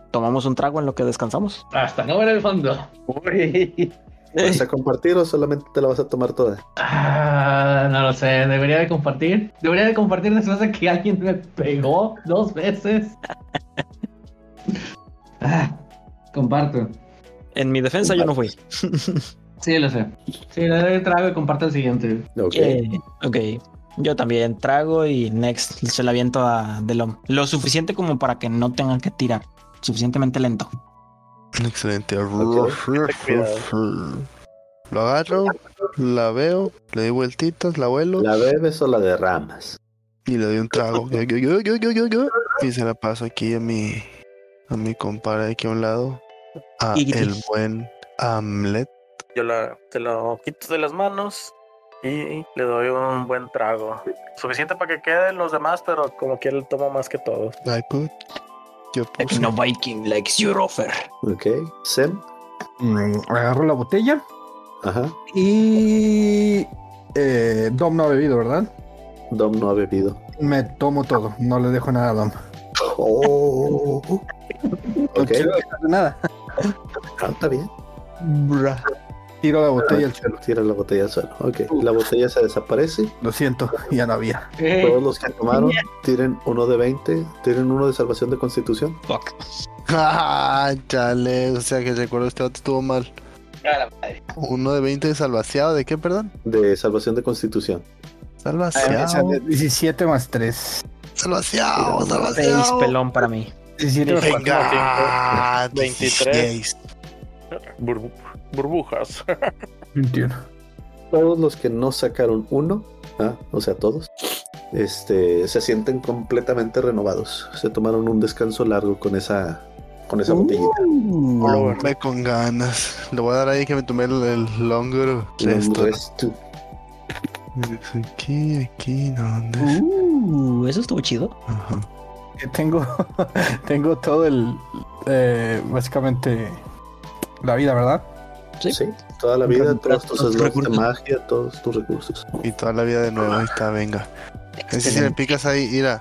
[SPEAKER 3] tomamos un trago en lo que descansamos? Eh,
[SPEAKER 7] Hasta no ver el fondo.
[SPEAKER 4] Uy,
[SPEAKER 1] ¿Vas a compartir o solamente te la vas a tomar toda?
[SPEAKER 7] Ah, no lo sé, debería de compartir. Debería de compartir después de que alguien me pegó dos (laughs) veces. Ah, comparto.
[SPEAKER 3] En mi defensa yo no fui.
[SPEAKER 7] Sí, lo sé. Sí, le doy el trago y comparto el siguiente.
[SPEAKER 1] Ok.
[SPEAKER 3] Eh, ok. Yo también trago y next se la aviento a Delom. Lo suficiente como para que no tengan que tirar. Suficientemente lento.
[SPEAKER 2] Excelente.
[SPEAKER 1] Ok.
[SPEAKER 2] Ruf, ruf, ruf, ruf. Lo agarro, la veo, le doy vueltitas, la vuelo
[SPEAKER 1] ¿La bebes o la derramas?
[SPEAKER 2] y le doy un trago. Yo, yo, yo, yo, yo, yo, yo. Y se la paso aquí a mi, a mi compadre aquí a un lado. A
[SPEAKER 3] Y-
[SPEAKER 2] el buen Hamlet.
[SPEAKER 6] Yo la, te lo quito de las manos y le doy un buen trago. Suficiente para que queden los demás, pero como que él toma más que todos.
[SPEAKER 2] I put. Yo puse.
[SPEAKER 3] Eh, No Viking likes your offer.
[SPEAKER 1] Ok. Sem.
[SPEAKER 5] Mm, agarro la botella
[SPEAKER 1] Ajá.
[SPEAKER 5] y. eh, Dom no ha bebido, ¿verdad?
[SPEAKER 1] Dom no ha bebido.
[SPEAKER 5] Me tomo todo, no le dejo nada a Dom.
[SPEAKER 1] Oh.
[SPEAKER 5] No
[SPEAKER 1] Ok.
[SPEAKER 5] quiero dejarle nada.
[SPEAKER 1] Ah, está bien.
[SPEAKER 5] Bra. Tiro la botella al suelo.
[SPEAKER 1] Tira la botella al suelo. Ok. La botella se desaparece.
[SPEAKER 5] Lo siento, ya no había.
[SPEAKER 7] Eh,
[SPEAKER 1] Todos los que tomaron tiren uno de 20. Tiren uno de salvación de constitución.
[SPEAKER 3] Fuck.
[SPEAKER 2] (laughs) Ah, chale. O sea que recuerdo este dato estuvo mal. Uno de 20 de salvaseado. ¿De qué, perdón?
[SPEAKER 3] Ah,
[SPEAKER 1] De salvación de constitución.
[SPEAKER 2] Ah,
[SPEAKER 5] O sea,
[SPEAKER 2] Salvaseado.
[SPEAKER 5] de 17 más 3.
[SPEAKER 2] Salvaseado.
[SPEAKER 3] Seis
[SPEAKER 2] Salvaseado.
[SPEAKER 3] pelón para mí.
[SPEAKER 5] 17 más 4.
[SPEAKER 2] Venga.
[SPEAKER 3] (laughs)
[SPEAKER 6] 23.
[SPEAKER 2] 16.
[SPEAKER 6] Burbu- burbujas.
[SPEAKER 5] 21.
[SPEAKER 1] Todos los que no sacaron uno. ah, o sea, todos. Este, se sienten completamente renovados. Se tomaron un descanso largo con esa, con esa
[SPEAKER 3] Uh.
[SPEAKER 1] botellita.
[SPEAKER 2] Hombre, con ganas. Le voy a dar ahí que me tomé el, el longer. este,
[SPEAKER 1] Un
[SPEAKER 2] Esto.
[SPEAKER 1] resto.
[SPEAKER 2] Aquí, aquí, ¿dónde?
[SPEAKER 3] Uh, eso estuvo chido.
[SPEAKER 2] Ajá.
[SPEAKER 5] Que Tengo, (laughs) tengo todo el. eh, básicamente. La vida, ¿verdad?
[SPEAKER 3] Sí.
[SPEAKER 1] Sí, toda la
[SPEAKER 3] Nunca
[SPEAKER 1] vida,
[SPEAKER 3] me
[SPEAKER 1] todos
[SPEAKER 3] trato
[SPEAKER 1] tus
[SPEAKER 3] tus
[SPEAKER 1] slots de
[SPEAKER 3] recursos.
[SPEAKER 1] magia, todos tus recursos.
[SPEAKER 2] Y toda la vida de nuevo, ahí está, venga. Así si le picas ahí, mira,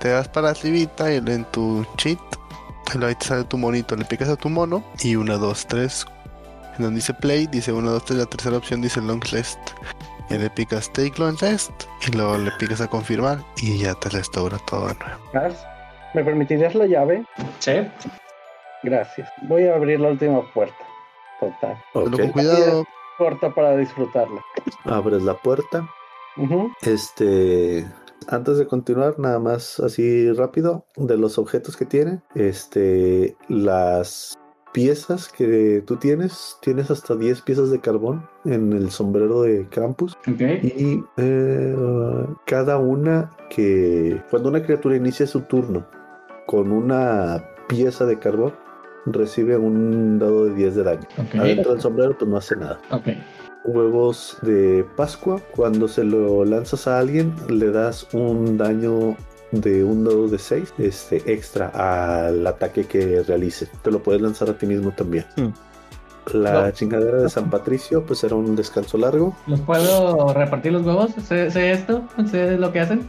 [SPEAKER 2] te das para arribita y en tu cheat, y luego ahí te sale tu monito, le picas a tu mono y 1, 2, 3. En donde dice play, dice 1, 2, 3, la tercera opción dice long rest. Y le picas take long rest y luego le picas a confirmar y ya te restaura todo de nuevo.
[SPEAKER 4] Lars, ¿Me permitirías la llave?
[SPEAKER 7] sí.
[SPEAKER 4] Gracias. Voy a abrir la última puerta. Total.
[SPEAKER 2] Pero
[SPEAKER 1] Ok,
[SPEAKER 2] con cuidado,
[SPEAKER 4] Corta para disfrutarla.
[SPEAKER 1] abres la puerta.
[SPEAKER 4] Ujú.
[SPEAKER 1] Este, antes de continuar, nada más así rápido, de los objetos que tiene, este, las piezas que tú tienes, tienes hasta 10 piezas de carbón en el sombrero de Krampus.
[SPEAKER 7] Ok.
[SPEAKER 1] Y eh, cada una que. Cuando una criatura inicia su turno con una pieza de carbón, recibe un dado de 10 de daño.
[SPEAKER 7] Ok.
[SPEAKER 1] Adentro del sombrero, pues no hace nada.
[SPEAKER 7] Ok.
[SPEAKER 1] Huevos de Pascua, cuando se lo lanzas a alguien, le das un daño de un dado de 6 este, extra al ataque que realice. Te lo puedes lanzar a ti mismo también.
[SPEAKER 3] Hmm.
[SPEAKER 1] La
[SPEAKER 7] No.
[SPEAKER 1] chingadera de San Patricio, pues era un descanso largo.
[SPEAKER 7] ¿Los puedo repartir los huevos? ¿Sé, sé esto? ¿Sé lo que hacen?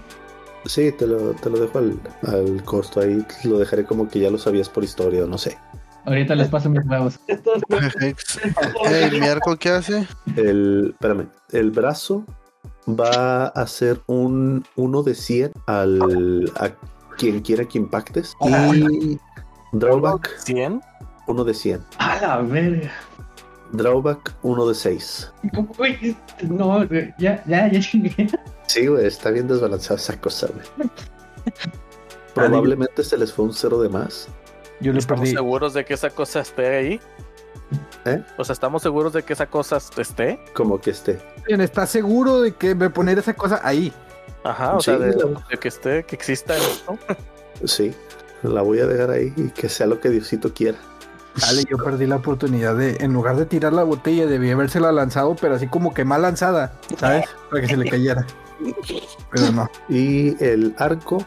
[SPEAKER 1] Sí, te lo, te lo dejo al, al costo ahí. Lo dejaré como que ya lo sabías por historia o no sé.
[SPEAKER 7] Ahorita les paso mis huevos.
[SPEAKER 2] (laughs) Hex. Ey, Miarco, ¿qué hace?
[SPEAKER 1] El, espérame, el brazo va a ser un 1 de 100 al, a quien quiera que impactes. Y drawback,
[SPEAKER 6] 100.
[SPEAKER 1] 1 de 100.
[SPEAKER 7] A la verga.
[SPEAKER 1] Drawback, 1 de 6.
[SPEAKER 7] Uy, no, güey, ya, ya, ya chingué.
[SPEAKER 1] Sí, güey, está bien desbalanceada esa cosa, güey.
[SPEAKER 6] (laughs)
[SPEAKER 1] Probablemente se les fue un cero de más.
[SPEAKER 5] Yo le
[SPEAKER 6] ¿Estamos
[SPEAKER 5] perdí.
[SPEAKER 6] seguros de que esa cosa esté ahí?
[SPEAKER 1] ¿Eh?
[SPEAKER 6] O sea, ¿estamos seguros de que esa cosa esté?
[SPEAKER 1] Como que esté.
[SPEAKER 5] Bien, ¿Estás seguro de que me poner esa cosa ahí?
[SPEAKER 6] Ajá, Ah, o
[SPEAKER 1] Sí,
[SPEAKER 6] sea, de,
[SPEAKER 1] la-
[SPEAKER 6] de que esté, que exista esto.
[SPEAKER 1] Sí, la voy a dejar ahí y que sea lo que Diosito quiera.
[SPEAKER 5] Dale, yo perdí la oportunidad de, en lugar de tirar la botella, debí habérsela lanzado, pero así como que mal lanzada, ¿sabes? Para que se le cayera. Pero no.
[SPEAKER 1] Y el arco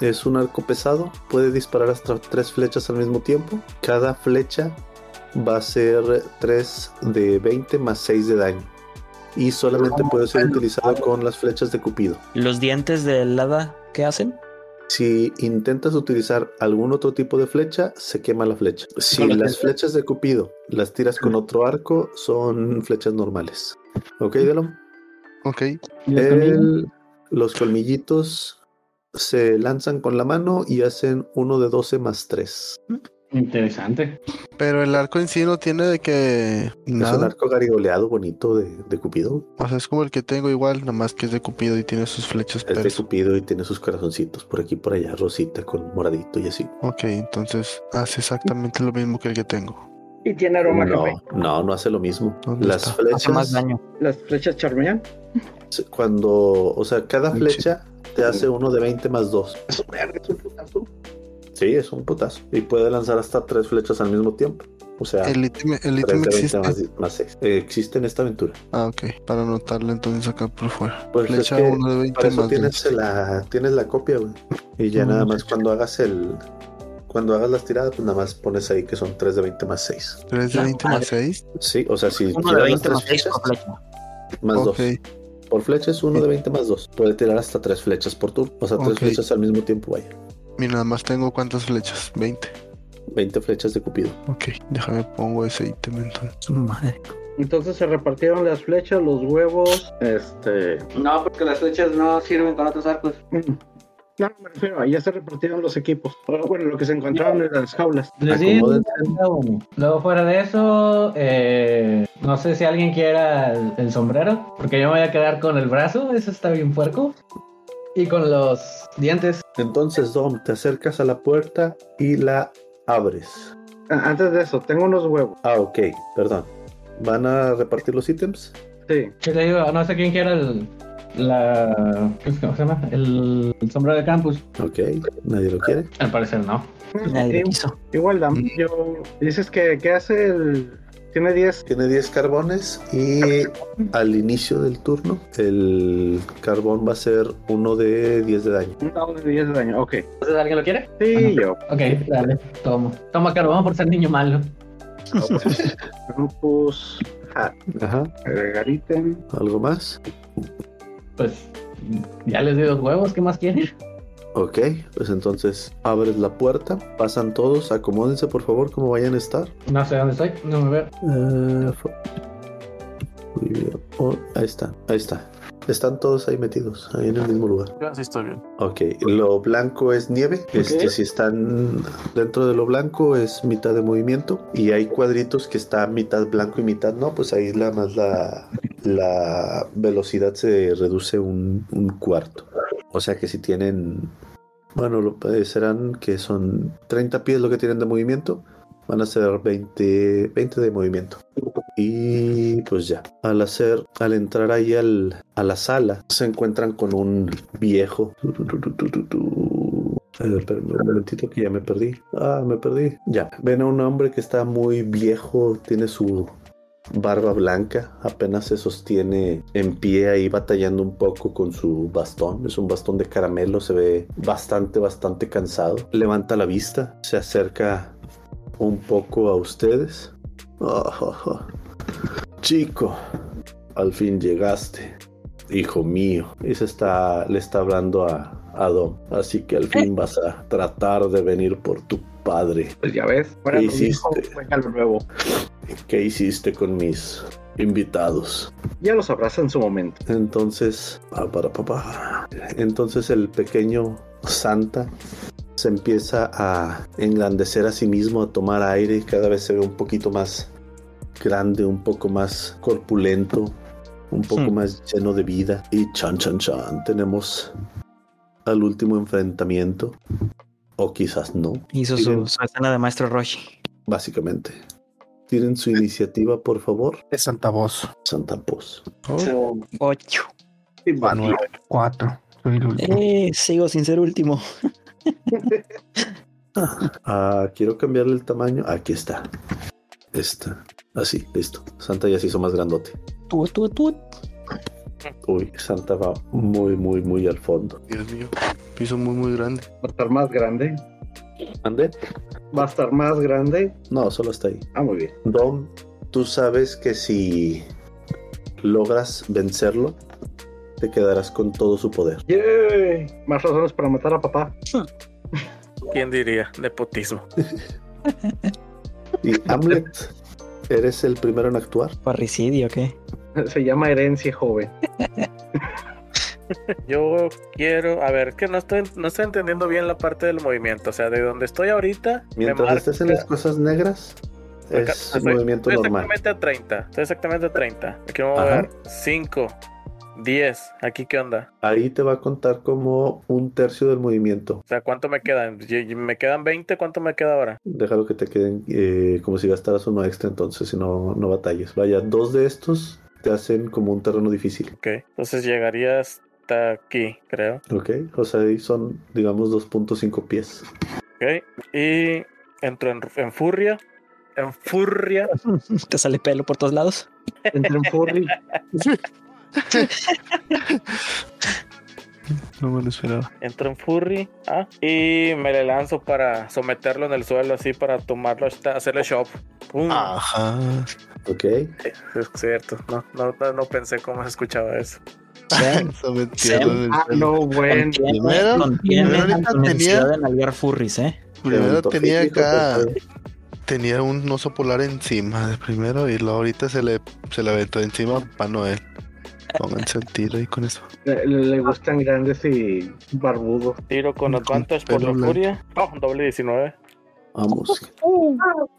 [SPEAKER 1] es un arco pesado, puede disparar hasta tres flechas al mismo tiempo. Cada flecha va a ser 3 de 20 más 6 de daño. Y solamente puede ser utilizado con las flechas de Cupido.
[SPEAKER 3] Los dientes del hada, ¿qué hacen?
[SPEAKER 1] Si intentas utilizar algún otro tipo de flecha, se quema la flecha. Si las flechas de Cupido las tiras con otro arco, son flechas normales. ¿Ok, Delon?
[SPEAKER 2] Ok,
[SPEAKER 7] ¿Y los
[SPEAKER 1] El-
[SPEAKER 7] comí?
[SPEAKER 1] los colmillitos se lanzan con la mano y hacen uno de 12 más 3.
[SPEAKER 7] Interesante.
[SPEAKER 2] pero el arco en sí no tiene de que
[SPEAKER 1] Es un
[SPEAKER 2] nada.
[SPEAKER 1] arco garigoleado bonito de, de Cupido.
[SPEAKER 2] O sea, es como el que tengo igual, nada más que es de Cupido y tiene sus flechas.
[SPEAKER 1] Es de
[SPEAKER 2] persas.
[SPEAKER 1] Cupido y tiene sus corazoncitos por aquí y por allá, rosita con moradito y así.
[SPEAKER 2] Ok, entonces hace exactamente lo mismo que el que tengo.
[SPEAKER 4] Y tiene aroma a café.
[SPEAKER 1] No, no, no hace lo mismo.
[SPEAKER 2] ¿Dónde
[SPEAKER 1] Las
[SPEAKER 2] está?
[SPEAKER 1] flechas.
[SPEAKER 3] Hace más daño.
[SPEAKER 4] Las flechas charmean.
[SPEAKER 1] Cuando. O sea, cada
[SPEAKER 2] Pinche.
[SPEAKER 1] flecha te hace uno de 20 más 2.
[SPEAKER 4] Es un verga, es un putazo.
[SPEAKER 1] Sí, es un putazo. Y puede lanzar hasta tres flechas al mismo tiempo. O sea,
[SPEAKER 2] El ítem, el
[SPEAKER 1] tres
[SPEAKER 2] ítem
[SPEAKER 1] de 20
[SPEAKER 2] existe.
[SPEAKER 1] más, di- más seis. Eh, existe en esta aventura.
[SPEAKER 2] Ah, ok. Para anotarle entonces acá por fuera.
[SPEAKER 1] Pues es
[SPEAKER 2] Flecha
[SPEAKER 1] que
[SPEAKER 2] 1 de 20
[SPEAKER 1] Para eso
[SPEAKER 2] más
[SPEAKER 1] tienes
[SPEAKER 2] 20.
[SPEAKER 1] la, tienes la copia, güey. Y ya
[SPEAKER 2] Mm,
[SPEAKER 1] nada
[SPEAKER 2] ya,
[SPEAKER 1] más cuando hagas el. Cuando hagas las tiradas, pues nada más pones ahí que son 3 de 20 más 6.
[SPEAKER 2] 3 de
[SPEAKER 3] La
[SPEAKER 2] 20 más 6.
[SPEAKER 1] Sí, o sea, si
[SPEAKER 3] Uno de
[SPEAKER 1] tiras las
[SPEAKER 3] 20 más
[SPEAKER 1] tres
[SPEAKER 3] 6
[SPEAKER 1] flechas,
[SPEAKER 3] por flecha.
[SPEAKER 1] más 2.
[SPEAKER 2] Ok.
[SPEAKER 1] Por flecha es 1 de 20 más 2. Puede tirar hasta 3 flechas por turno. O sea, 3
[SPEAKER 2] Ok.
[SPEAKER 1] flechas al mismo tiempo, vaya.
[SPEAKER 2] Mira, nada más tengo cuántas flechas. 20.
[SPEAKER 1] 20 flechas de Cupido.
[SPEAKER 2] Ok. Déjame pongo ese ítem entonces.
[SPEAKER 3] Su madre.
[SPEAKER 4] Entonces se repartieron las flechas, los huevos. Este.
[SPEAKER 7] No, porque las flechas no sirven con otros arcos.
[SPEAKER 4] mm. No, me refiero a ya se repartieron los equipos. Ah, Bueno, lo que se encontraron en las jaulas.
[SPEAKER 7] Les di
[SPEAKER 1] Acomódense.
[SPEAKER 7] cada uno. Luego fuera de eso, eh, no sé si alguien quiera el, el sombrero, porque yo me voy a quedar con el brazo, eso está bien puerco. Y con los dientes.
[SPEAKER 1] Entonces, Dom, te acercas a la puerta y la abres.
[SPEAKER 4] Ah, Antes de eso, tengo unos huevos.
[SPEAKER 1] Ah, ok, perdón. ¿Van a repartir los ítems?
[SPEAKER 4] Sí.
[SPEAKER 7] ¿Qué te digo? No sé quién quiera el, la, ¿cómo se llama? El, el sombrero de campus.
[SPEAKER 1] Ok, nadie lo quiere.
[SPEAKER 7] Al parecer no.
[SPEAKER 3] Nadie
[SPEAKER 4] Sí,
[SPEAKER 3] lo quiso.
[SPEAKER 4] Igual, Dam, yo. Dices que, que hace el. Tiene 10.
[SPEAKER 1] Tiene 10 carbones y al inicio del turno el carbón va a ser uno de 10 de daño.
[SPEAKER 4] Un dado de 10 de daño. Ok.
[SPEAKER 7] Entonces, ¿alguien lo quiere?
[SPEAKER 4] Sí,
[SPEAKER 7] Ajá.
[SPEAKER 4] yo.
[SPEAKER 7] Ok, dale, tomo. Toma carbón por ser niño malo.
[SPEAKER 4] Campus.
[SPEAKER 1] Ajá.
[SPEAKER 4] Agregar ítem.
[SPEAKER 1] ¿Algo más?
[SPEAKER 7] Pues ya les di los huevos, ¿qué más quieren?
[SPEAKER 1] Ok, pues entonces abres la puerta, pasan todos, acomódense por favor como vayan a estar.
[SPEAKER 7] No sé dónde estoy, no me veo.
[SPEAKER 1] Eh, fo- Muy bien. Oh, ahí está, ahí está. Están todos ahí metidos, ahí en el mismo lugar.
[SPEAKER 6] Ya sí estoy bien.
[SPEAKER 1] Ok, lo blanco es nieve. Este, si están dentro de lo blanco es mitad de movimiento. Y hay cuadritos que está mitad blanco y mitad no. Pues ahí la más la, la velocidad se reduce un, un cuarto. O sea que si tienen. Bueno, lo- eh, serán que son 30 pies lo que tienen de movimiento. Van a ser 20, 20 de movimiento. Y pues ya. Al hacer, al entrar ahí al, a la sala, se encuentran con un viejo. A ver, espérame un momentito que ya me perdí. Ah, me perdí. Ya. Ven a un hombre que está muy viejo, tiene su barba blanca, apenas se sostiene en pie ahí batallando un poco con su bastón. Es un bastón de caramelo, se ve bastante, bastante cansado. Levanta la vista, se acerca un poco a ustedes. Ah, ah, ah. Chico, al fin llegaste. Hijo mío. Y se está, le está hablando a, a Dom. Así que al fin vas a tratar de venir por tu padre.
[SPEAKER 4] Pues ya ves. Ahora
[SPEAKER 1] ¿Qué
[SPEAKER 4] lo dijo,
[SPEAKER 1] hiciste?
[SPEAKER 4] venga lo nuevo.
[SPEAKER 1] ¿Qué hiciste con mis invitados?
[SPEAKER 4] Ya los sabrás en su momento.
[SPEAKER 1] Entonces, pa, para, pa, pa. entonces el pequeño Santa se empieza a engrandecer a sí mismo, a tomar aire, y cada vez se ve un poquito más grande, un poco más corpulento, un poco
[SPEAKER 3] Hmm.
[SPEAKER 1] más lleno de vida. Y chan, chan, chan, tenemos al último enfrentamiento, o quizás no,
[SPEAKER 3] Hizo su, su escena de maestro Roshi.
[SPEAKER 1] básicamente. Tiren su iniciativa, por favor,
[SPEAKER 5] De Santa Voz.
[SPEAKER 1] Santa Pos.
[SPEAKER 3] Ocho.
[SPEAKER 4] Y va,
[SPEAKER 5] Manuel. Cuatro. Soy el último.
[SPEAKER 3] Eh, sigo sin ser último.
[SPEAKER 1] Ah, quiero cambiarle el tamaño. Aquí está. Está. Así, listo. Santa ya se hizo más grandote.
[SPEAKER 3] Tú, tú, tú.
[SPEAKER 1] Uy, Santa va muy, muy, muy al fondo.
[SPEAKER 2] Dios mío. Piso muy, muy grande.
[SPEAKER 4] va a estar más grande.
[SPEAKER 1] ¿Ande?
[SPEAKER 4] Va a estar más grande.
[SPEAKER 1] No, solo está ahí.
[SPEAKER 4] Ah, muy bien.
[SPEAKER 1] Dom, tú sabes que si logras vencerlo, te quedarás con todo su poder.
[SPEAKER 4] Yay. Más razones para matar a papá. (laughs)
[SPEAKER 6] ¿Quién diría? Nepotismo.
[SPEAKER 1] Y Hamlet, eres el primero en actuar.
[SPEAKER 3] Parricidio, ¿qué? (laughs)
[SPEAKER 4] Se llama herencia joven.
[SPEAKER 6] Yo quiero, a ver, que no estoy, no estoy entendiendo bien la parte del movimiento. O sea, de donde estoy ahorita, me
[SPEAKER 1] Mientras
[SPEAKER 6] marca-
[SPEAKER 1] estés en las cosas negras,
[SPEAKER 6] Acá-
[SPEAKER 1] es
[SPEAKER 6] estoy-
[SPEAKER 1] movimiento
[SPEAKER 6] estoy
[SPEAKER 1] normal.
[SPEAKER 6] exactamente a 30. Estoy exactamente a 30. Aquí me voy a
[SPEAKER 1] Ajá.
[SPEAKER 6] ver 5, 10. ¿Aquí qué onda?
[SPEAKER 1] Ahí te va a contar como un tercio del movimiento.
[SPEAKER 6] O sea, ¿cuánto me quedan? Y- y ¿Me quedan 20? ¿Cuánto me queda ahora?
[SPEAKER 1] Déjalo que te queden eh, como si gastaras uno extra, entonces si no, no batalles. Vaya, dos de estos te hacen como un terreno difícil,
[SPEAKER 6] Ok. Entonces llegaría hasta aquí, creo.
[SPEAKER 1] ¿ok? O sea, ahí son, digamos, 2.5 pies.
[SPEAKER 6] Ok. Y entro en, en furia. En furia.
[SPEAKER 3] Te sale pelo por todos (laughs) lados.
[SPEAKER 4] Entre un furry.
[SPEAKER 2] No me lo esperaba.
[SPEAKER 6] Entro en furry. Ah, y me le lanzo para someterlo en el suelo, así para tomarlo, hasta- hacerle shop. ¡Pum!
[SPEAKER 2] Ajá. (laughs)
[SPEAKER 1] ¿Ok?
[SPEAKER 6] Es cierto. No, no, no, no pensé cómo se escuchaba eso.
[SPEAKER 3] Ven,
[SPEAKER 2] Está metiendo en el
[SPEAKER 4] Ah, no, bueno.
[SPEAKER 3] contiene-
[SPEAKER 2] primero-
[SPEAKER 3] contiene
[SPEAKER 2] primero
[SPEAKER 3] la
[SPEAKER 2] ahorita
[SPEAKER 3] necesidad
[SPEAKER 2] tenía-
[SPEAKER 3] de nalguear furries, ¿eh?
[SPEAKER 2] Primero
[SPEAKER 1] Evento
[SPEAKER 2] tenía
[SPEAKER 1] físico,
[SPEAKER 2] acá.
[SPEAKER 1] pues,
[SPEAKER 2] Tenía un oso polar encima de primero y luego ahorita se le, se le aventó encima a Papá Noel. Pónganse el tiro ahí con eso.
[SPEAKER 4] Le, le gustan grandes y barbudos.
[SPEAKER 6] Tiro con
[SPEAKER 2] Con
[SPEAKER 6] advantage por
[SPEAKER 2] pelo
[SPEAKER 6] la
[SPEAKER 2] blanco.
[SPEAKER 6] furia. Oh, doble 19.
[SPEAKER 1] Vamos.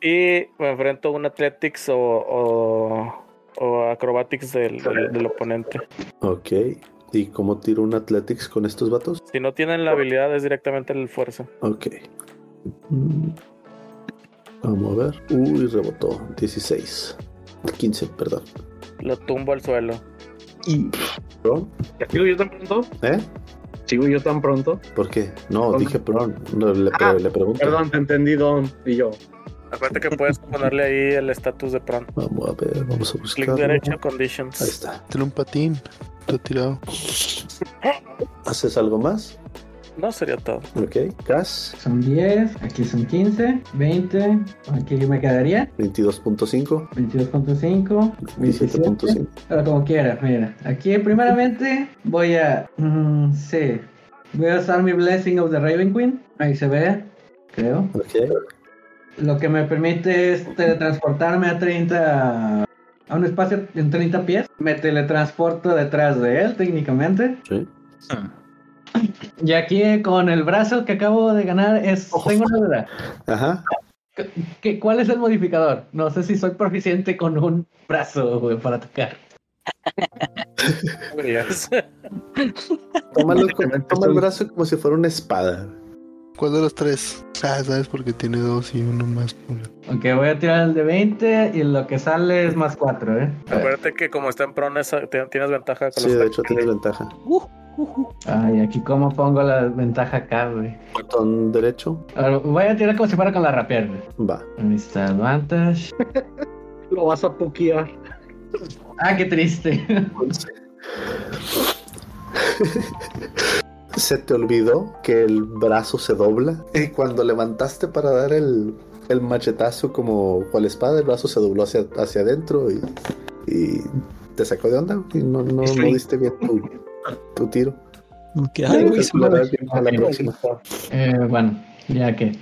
[SPEAKER 6] Y me enfrento a un Athletics o, o, o Acrobatics del, del- del oponente.
[SPEAKER 1] Ok. ¿Y cómo tiro un Athletics con estos vatos?
[SPEAKER 6] Si no tienen la habilidad, es directamente el fuerza.
[SPEAKER 1] Ok. Mm. Vamos a ver. Uy, rebotó. 16. 15, perdón.
[SPEAKER 6] Lo tumbo al suelo.
[SPEAKER 1] ¿Pron?
[SPEAKER 4] ¿Sigo yo tan pronto?
[SPEAKER 1] ¿Eh?
[SPEAKER 4] ¿Sigo yo tan pronto?
[SPEAKER 1] ¿Por qué? No,
[SPEAKER 4] ¿Pron?
[SPEAKER 1] dije pron. No, le, pre-
[SPEAKER 4] Ah,
[SPEAKER 1] le pregunto.
[SPEAKER 4] Perdón, te entendí, Don. Y yo.
[SPEAKER 6] Acuérdate que puedes ponerle ahí el estatus de pronto.
[SPEAKER 1] Vamos a ver, vamos a buscar.
[SPEAKER 6] Clic derecho,
[SPEAKER 1] Ahí
[SPEAKER 6] conditions.
[SPEAKER 1] está.
[SPEAKER 2] Tiene un patín. Lo he tirado.
[SPEAKER 1] ¿Haces algo más?
[SPEAKER 6] No sería todo.
[SPEAKER 1] Ok. Cas,
[SPEAKER 7] Son 10, aquí son 15, 20, aquí me quedaría
[SPEAKER 1] 22.5,
[SPEAKER 7] 22.5, 27.
[SPEAKER 1] 17.5.
[SPEAKER 7] Pero como quieras, mira. Aquí primeramente voy a... mm, sí. Voy a usar mi Blessing of the Raven Queen. Ahí se ve, creo.
[SPEAKER 1] Ok.
[SPEAKER 7] Lo que me permite es teletransportarme a 30... A un espacio en 30 pies. Me teletransporto detrás de él técnicamente.
[SPEAKER 1] Sí.
[SPEAKER 7] Y aquí con el brazo que acabo de ganar es...
[SPEAKER 1] Ojo.
[SPEAKER 7] Tengo una duda.
[SPEAKER 1] Ajá.
[SPEAKER 7] ¿Qué, ¿Cuál es el modificador? No sé si soy proficiente con un brazo, güey, para atacar.
[SPEAKER 6] Yes.
[SPEAKER 1] Tómalo con- toma el brazo como si fuera una espada.
[SPEAKER 2] ¿Cuál de los tres? Ah, sabes porque tiene dos y uno más.
[SPEAKER 7] Ok, voy a tirar el de 20 y lo que sale es más 4, ¿eh?
[SPEAKER 6] Acuérdate que como está en prone, esa- te- tienes ventaja con
[SPEAKER 1] Sí,
[SPEAKER 6] los
[SPEAKER 1] de hecho tienes ventaja.
[SPEAKER 7] Ay, aquí cómo pongo la ventaja acá, güey.
[SPEAKER 1] Botón derecho.
[SPEAKER 7] Ahora, Voy a tirar como si fuera con la rapier, güey.
[SPEAKER 1] Va.
[SPEAKER 7] Ahí está, advantage.
[SPEAKER 4] Lo vas a puquear.
[SPEAKER 7] Ah, qué triste.
[SPEAKER 1] Se te olvidó que el brazo se dobla. Y cuando levantaste para dar el, el machetazo como cual espada, el brazo se dobló hacia, hacia adentro y, y te sacó de onda. Y no, no, no diste bien tu, tu tiro.
[SPEAKER 3] Que, ay, güey,
[SPEAKER 1] Te
[SPEAKER 3] se me-
[SPEAKER 1] curarás bien para la
[SPEAKER 7] Ok.
[SPEAKER 1] próxima.
[SPEAKER 7] Eh, bueno, ya que.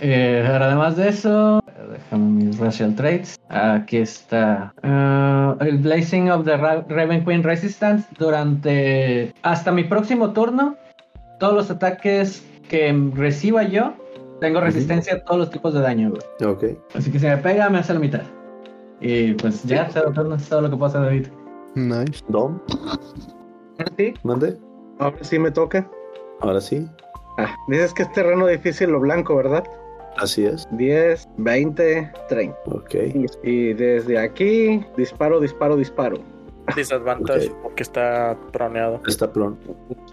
[SPEAKER 7] Eh, ahora, además de eso, déjame mis racial traits. Aquí está. Ah, el Blazing of the Ra- Raven Queen Resistance. Durante. Hasta mi próximo turno, todos los ataques que reciba yo, tengo resistencia a todos los tipos de daño. güey.
[SPEAKER 1] Ok.
[SPEAKER 7] Así que si me pega, me hace la mitad. Y pues ya, cero turnos, es todo lo que puedo hacer ahorita.
[SPEAKER 2] Nice.
[SPEAKER 1] Dom,
[SPEAKER 4] ¿Sí?
[SPEAKER 1] mande.
[SPEAKER 4] Ahora sí me toca.
[SPEAKER 1] Ahora sí.
[SPEAKER 4] Ah, dices que es terreno difícil lo blanco, ¿verdad?
[SPEAKER 1] Así es.
[SPEAKER 4] 10, 20, 30.
[SPEAKER 1] Ok.
[SPEAKER 4] Y desde aquí, disparo, disparo, disparo.
[SPEAKER 6] disadvantage
[SPEAKER 1] Ok.
[SPEAKER 6] porque está proneado.
[SPEAKER 1] Está plon.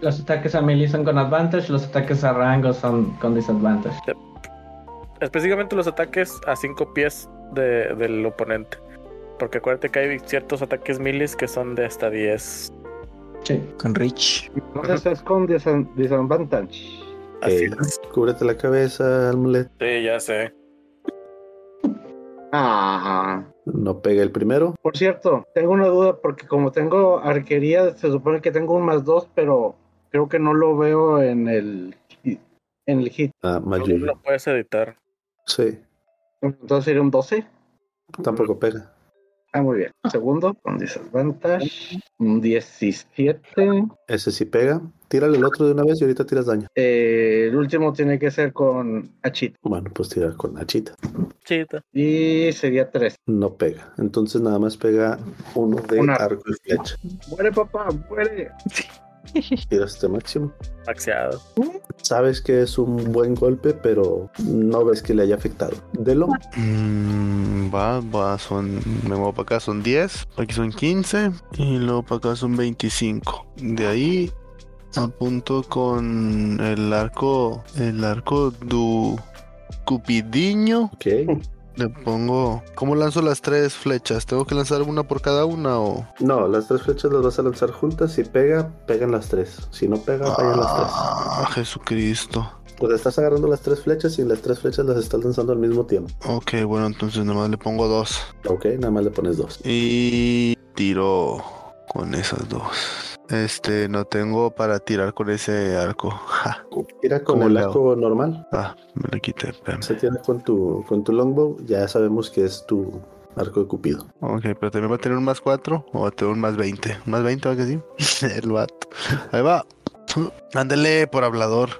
[SPEAKER 7] Los ataques a melee son con advantage, los ataques a rango son con disadvantage.
[SPEAKER 6] Específicamente los ataques a cinco pies de- del oponente. Porque acuérdate que hay ciertos ataques milis que son de hasta 10.
[SPEAKER 7] Sí.
[SPEAKER 3] Con Rich.
[SPEAKER 4] Entonces es con disan- disadvantage.
[SPEAKER 6] Así
[SPEAKER 1] Ok.
[SPEAKER 6] es.
[SPEAKER 1] Eh, Cúbrete la cabeza, Almulet.
[SPEAKER 6] Sí, ya sé.
[SPEAKER 4] Ah.
[SPEAKER 1] No pega el primero.
[SPEAKER 4] Por cierto, tengo una duda porque como tengo arquería, se supone que tengo un más dos, pero creo que no lo veo en el en el hit.
[SPEAKER 1] Ah,
[SPEAKER 6] No
[SPEAKER 1] Mayuyu.
[SPEAKER 6] lo puedes editar.
[SPEAKER 1] Sí.
[SPEAKER 4] Entonces sería un 12.
[SPEAKER 1] Tampoco pega.
[SPEAKER 4] Ah, muy bien. Segundo, con disadvantage. Un 17.
[SPEAKER 1] Ese sí pega. Tírale el otro de una vez y ahorita tiras daño.
[SPEAKER 4] Eh, el último tiene que ser con Achita.
[SPEAKER 1] Bueno, pues tirar con Nachita.
[SPEAKER 6] Chita.
[SPEAKER 4] Y sería 3.
[SPEAKER 1] No pega. Entonces nada más pega uno de
[SPEAKER 4] Un arco.
[SPEAKER 1] arco y flecha.
[SPEAKER 4] Muere, papá, muere.
[SPEAKER 1] Tiras este máximo.
[SPEAKER 6] Maxeado.
[SPEAKER 1] Sabes que es un buen golpe, pero no ves que le haya afectado. De lo
[SPEAKER 2] Mm, va, va, son. Me muevo para acá, son 10. Aquí son 15. Y luego para acá son 25. De ahí apunto con el arco. El arco du. Cupidiño.
[SPEAKER 1] Ok.
[SPEAKER 6] (laughs)
[SPEAKER 2] Le pongo. ¿Cómo lanzo las tres flechas? ¿Tengo que lanzar una por cada una o.?
[SPEAKER 1] No, las tres flechas las vas a lanzar juntas. Si pega, pegan las tres. Si no pega, vayan las tres.
[SPEAKER 2] Ah, Jesucristo.
[SPEAKER 1] Pues estás agarrando las tres flechas y las tres flechas las estás lanzando al mismo tiempo.
[SPEAKER 2] Ok, bueno, entonces nomás le pongo dos.
[SPEAKER 1] Ok, nada más le pones dos.
[SPEAKER 2] Y tiro con esas dos. Este, no tengo para tirar con ese arco. Ja,
[SPEAKER 1] Tira con
[SPEAKER 2] Como
[SPEAKER 1] el
[SPEAKER 2] Leo.
[SPEAKER 1] arco normal.
[SPEAKER 2] ah, me lo quité, espérame.
[SPEAKER 1] Se tira con tu, con tu longbow. Ya sabemos que es tu arco de cupido.
[SPEAKER 2] Ok, pero también va a tener un más cuatro o va a tener un más veinte. ¿Un más veinte va que sí? (laughs) El vato. Ahí va. Ándele por hablador.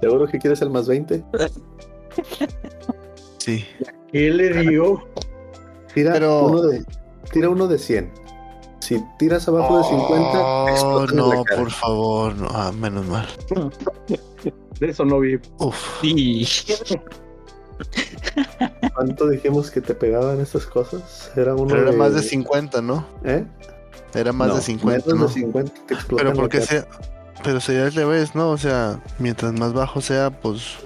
[SPEAKER 1] ¿Seguro que quieres el más 20?
[SPEAKER 2] Sí.
[SPEAKER 4] ¿Qué le dio?
[SPEAKER 1] Tira,
[SPEAKER 2] Pero-
[SPEAKER 1] uno, de, tira uno de 100. Si tiras abajo de 50, te
[SPEAKER 2] Oh,
[SPEAKER 1] explotan en la
[SPEAKER 2] no,
[SPEAKER 1] cara.
[SPEAKER 2] por favor. No. Ah, menos mal.
[SPEAKER 4] De eso no vi.
[SPEAKER 2] Uf.
[SPEAKER 3] Y
[SPEAKER 1] ¿Cuánto dijimos que te pegaban estas cosas? Era uno
[SPEAKER 2] Pero era
[SPEAKER 1] de-
[SPEAKER 2] más de 50, ¿no?
[SPEAKER 1] ¿Eh?
[SPEAKER 2] Era más
[SPEAKER 1] No,
[SPEAKER 2] de 50,
[SPEAKER 1] menos
[SPEAKER 2] ¿no?
[SPEAKER 1] de 50 te explotan
[SPEAKER 2] Pero
[SPEAKER 1] en la
[SPEAKER 2] porque
[SPEAKER 1] cara.
[SPEAKER 2] sea, pero sería al revés, ¿no? O sea, mientras más bajo sea, pues,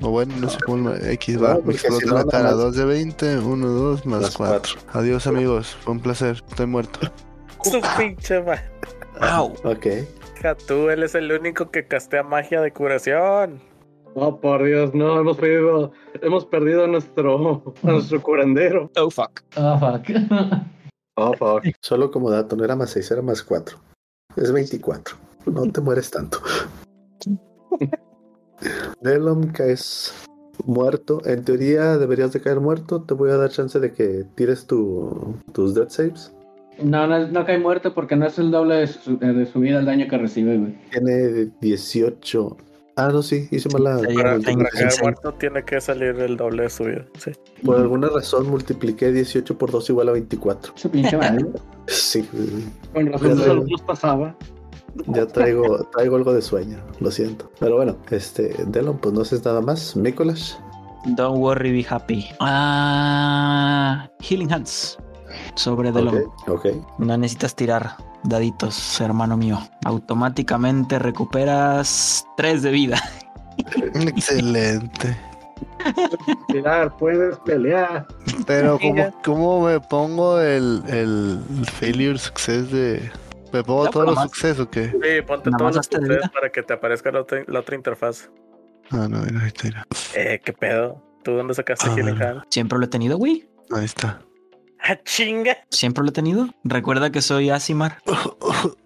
[SPEAKER 2] o bueno, no sé cómo X
[SPEAKER 1] No,
[SPEAKER 2] va, me
[SPEAKER 1] porque si
[SPEAKER 2] explota
[SPEAKER 1] no,
[SPEAKER 2] la
[SPEAKER 1] nada
[SPEAKER 2] cara,
[SPEAKER 1] más-
[SPEAKER 2] 2 de 20, 1, 2, más
[SPEAKER 1] Más
[SPEAKER 2] 4. Adiós amigos, fue un placer, estoy (laughs) muerto.
[SPEAKER 6] Su pinche ma-
[SPEAKER 3] wow.
[SPEAKER 1] Ok.
[SPEAKER 6] Ja, Tú, él es el único que castea magia de curación.
[SPEAKER 4] Oh, por Dios, no, hemos perdido, hemos perdido a nuestro, a nuestro curandero.
[SPEAKER 3] Oh fuck.
[SPEAKER 7] Oh, fuck. (laughs)
[SPEAKER 4] Oh, fuck.
[SPEAKER 1] Solo como dato, no era más 6, era más 4. Es 24. No te mueres tanto. Delom caes muerto. En teoría deberías de caer muerto. Te voy a dar chance de que tires tu, tus death saves.
[SPEAKER 7] No, no, no cae muerto porque no es el doble de su, de su vida el daño que recibe, güey.
[SPEAKER 1] Tiene 18. Ah, no, sí, hice mala.
[SPEAKER 3] Sí,
[SPEAKER 6] Para,
[SPEAKER 3] tengo
[SPEAKER 6] para
[SPEAKER 1] multiplicación.
[SPEAKER 6] caer
[SPEAKER 3] sí.
[SPEAKER 6] muerto tiene que salir el doble de su vida. Sí.
[SPEAKER 1] Por alguna razón multipliqué 18 por 2 igual a 24.
[SPEAKER 3] (laughs)
[SPEAKER 7] Su pinche madre.
[SPEAKER 1] Sí,
[SPEAKER 4] Con razón
[SPEAKER 1] Ya
[SPEAKER 4] eso
[SPEAKER 1] sé.
[SPEAKER 4] no nos pasaba.
[SPEAKER 1] ya traigo, traigo algo de sueño, lo siento. Pero bueno, este, Delon, pues no haces nada más. Nicolás,
[SPEAKER 3] Don't worry, be happy. Ah, healing hands. Sobre de
[SPEAKER 1] ok,
[SPEAKER 3] lo
[SPEAKER 1] ok.
[SPEAKER 3] No necesitas tirar daditos, hermano mío. Automáticamente recuperas 3 de vida. (laughs)
[SPEAKER 2] Excelente.
[SPEAKER 4] Tirar, puedes pelear.
[SPEAKER 2] Pero ¿cómo, cómo me pongo el, el failure success de... ¿Me pongo
[SPEAKER 3] No,
[SPEAKER 2] todos los
[SPEAKER 3] nomás-
[SPEAKER 2] sucesos o qué?
[SPEAKER 6] Sí, ponte
[SPEAKER 3] Nada
[SPEAKER 6] todos
[SPEAKER 3] más
[SPEAKER 6] los
[SPEAKER 3] hasta de
[SPEAKER 6] ustedes
[SPEAKER 3] vida.
[SPEAKER 6] para que te aparezca la otra, la otra interfaz.
[SPEAKER 2] Ah, no, mira, ahí está, mira.
[SPEAKER 6] Eh, qué pedo. ¿Tú dónde sacaste
[SPEAKER 2] Ah.
[SPEAKER 6] Healing Hand?
[SPEAKER 3] Siempre lo he tenido, güey.
[SPEAKER 2] Ahí está.
[SPEAKER 6] ¡Ah, chinga!
[SPEAKER 3] Siempre lo he tenido. Recuerda que soy Asimar.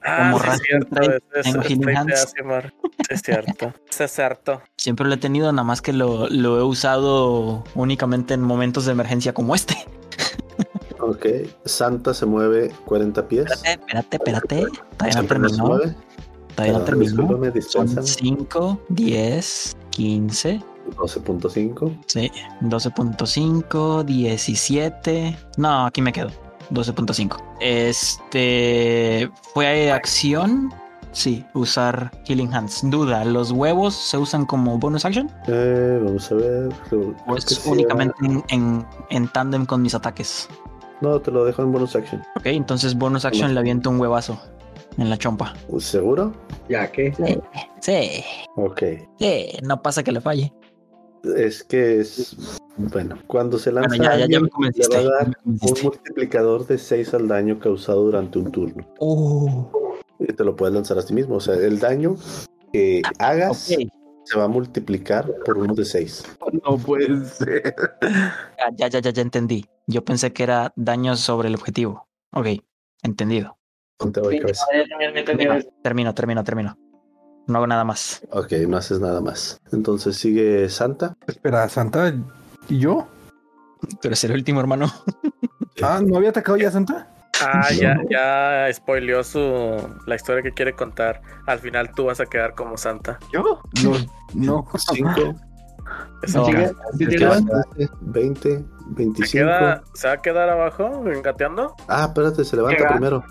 [SPEAKER 6] Ah,
[SPEAKER 3] Como
[SPEAKER 6] sí, es
[SPEAKER 3] Rasmus
[SPEAKER 6] cierto.
[SPEAKER 3] trae-
[SPEAKER 6] Es, es,
[SPEAKER 3] tengo
[SPEAKER 6] es
[SPEAKER 3] Healing
[SPEAKER 6] treinta de
[SPEAKER 3] Hands.
[SPEAKER 6] Asimar. Sí, es cierto. Sí, Es cierto.
[SPEAKER 3] Siempre lo he tenido, nada más que lo, lo he usado únicamente en momentos de emergencia como este. (laughs)
[SPEAKER 1] Ok, Santa se mueve 40 pies.
[SPEAKER 3] Eh, Espérate, espérate. Todavía no
[SPEAKER 1] Santa no se
[SPEAKER 3] terminó.
[SPEAKER 1] mueve.
[SPEAKER 3] Todavía no
[SPEAKER 1] Perdón,
[SPEAKER 3] terminó.
[SPEAKER 1] Ah, discúlpame,
[SPEAKER 3] Son
[SPEAKER 1] dispénsame.
[SPEAKER 3] 5, 10, 15,
[SPEAKER 1] 12.5.
[SPEAKER 3] sí, 12.5, 17. No, aquí me quedo. 12.5. Este fue acción. Sí, usar Healing Hands. Duda, ¿los huevos se usan como bonus action?
[SPEAKER 1] Eh, vamos a ver. creo-
[SPEAKER 3] ¿O
[SPEAKER 1] creo que
[SPEAKER 3] es
[SPEAKER 1] sí,
[SPEAKER 3] únicamente en, en, en tándem con mis ataques?
[SPEAKER 1] era- No, te lo dejo en bonus action.
[SPEAKER 3] Ok, entonces bonus action le aviento un huevazo en la chompa.
[SPEAKER 1] ¿Seguro?
[SPEAKER 4] Ya que.
[SPEAKER 3] Sí,
[SPEAKER 1] Ok.
[SPEAKER 3] sí, no pasa que le falle.
[SPEAKER 1] Es que es. Bueno, cuando se lanza.
[SPEAKER 3] Bueno, ya, ya, ya
[SPEAKER 1] alguien,
[SPEAKER 3] me convenciste.
[SPEAKER 1] le va a dar
[SPEAKER 3] ya me
[SPEAKER 1] un
[SPEAKER 3] convenciste.
[SPEAKER 1] multiplicador de 6 al daño causado durante un turno.
[SPEAKER 3] Uh,
[SPEAKER 1] Y te lo puedes lanzar a ti mismo. O sea, el daño que hagas
[SPEAKER 3] ok.
[SPEAKER 1] se va a multiplicar por uno de 6.
[SPEAKER 5] No puede ser.
[SPEAKER 3] Ah, ya, ya, ya, ya entendí. Yo pensé que era daño sobre el objetivo. Ok, entendido.
[SPEAKER 1] Ponte hoy cabeza.
[SPEAKER 3] Ah, Venga, termino, termino, termino. No hago nada más.
[SPEAKER 1] Ok, no haces nada más. Entonces sigue Santa.
[SPEAKER 5] Espera, Santa y yo.
[SPEAKER 3] Tú eres el último hermano.
[SPEAKER 5] Ah, ¿no había atacado ya Santa?
[SPEAKER 6] Ah, ya, ya spoileó su, la historia que quiere contar. Al final tú vas a quedar como santa.
[SPEAKER 5] ¿Yo? No,
[SPEAKER 1] Cinco,
[SPEAKER 6] Eso
[SPEAKER 7] Sí,
[SPEAKER 6] te
[SPEAKER 7] sí, sí, tiene-
[SPEAKER 1] 20, 25.
[SPEAKER 6] queda- ¿Se va a quedar abajo gateando?
[SPEAKER 1] Ah, espérate, se levanta
[SPEAKER 4] Llega.
[SPEAKER 1] primero.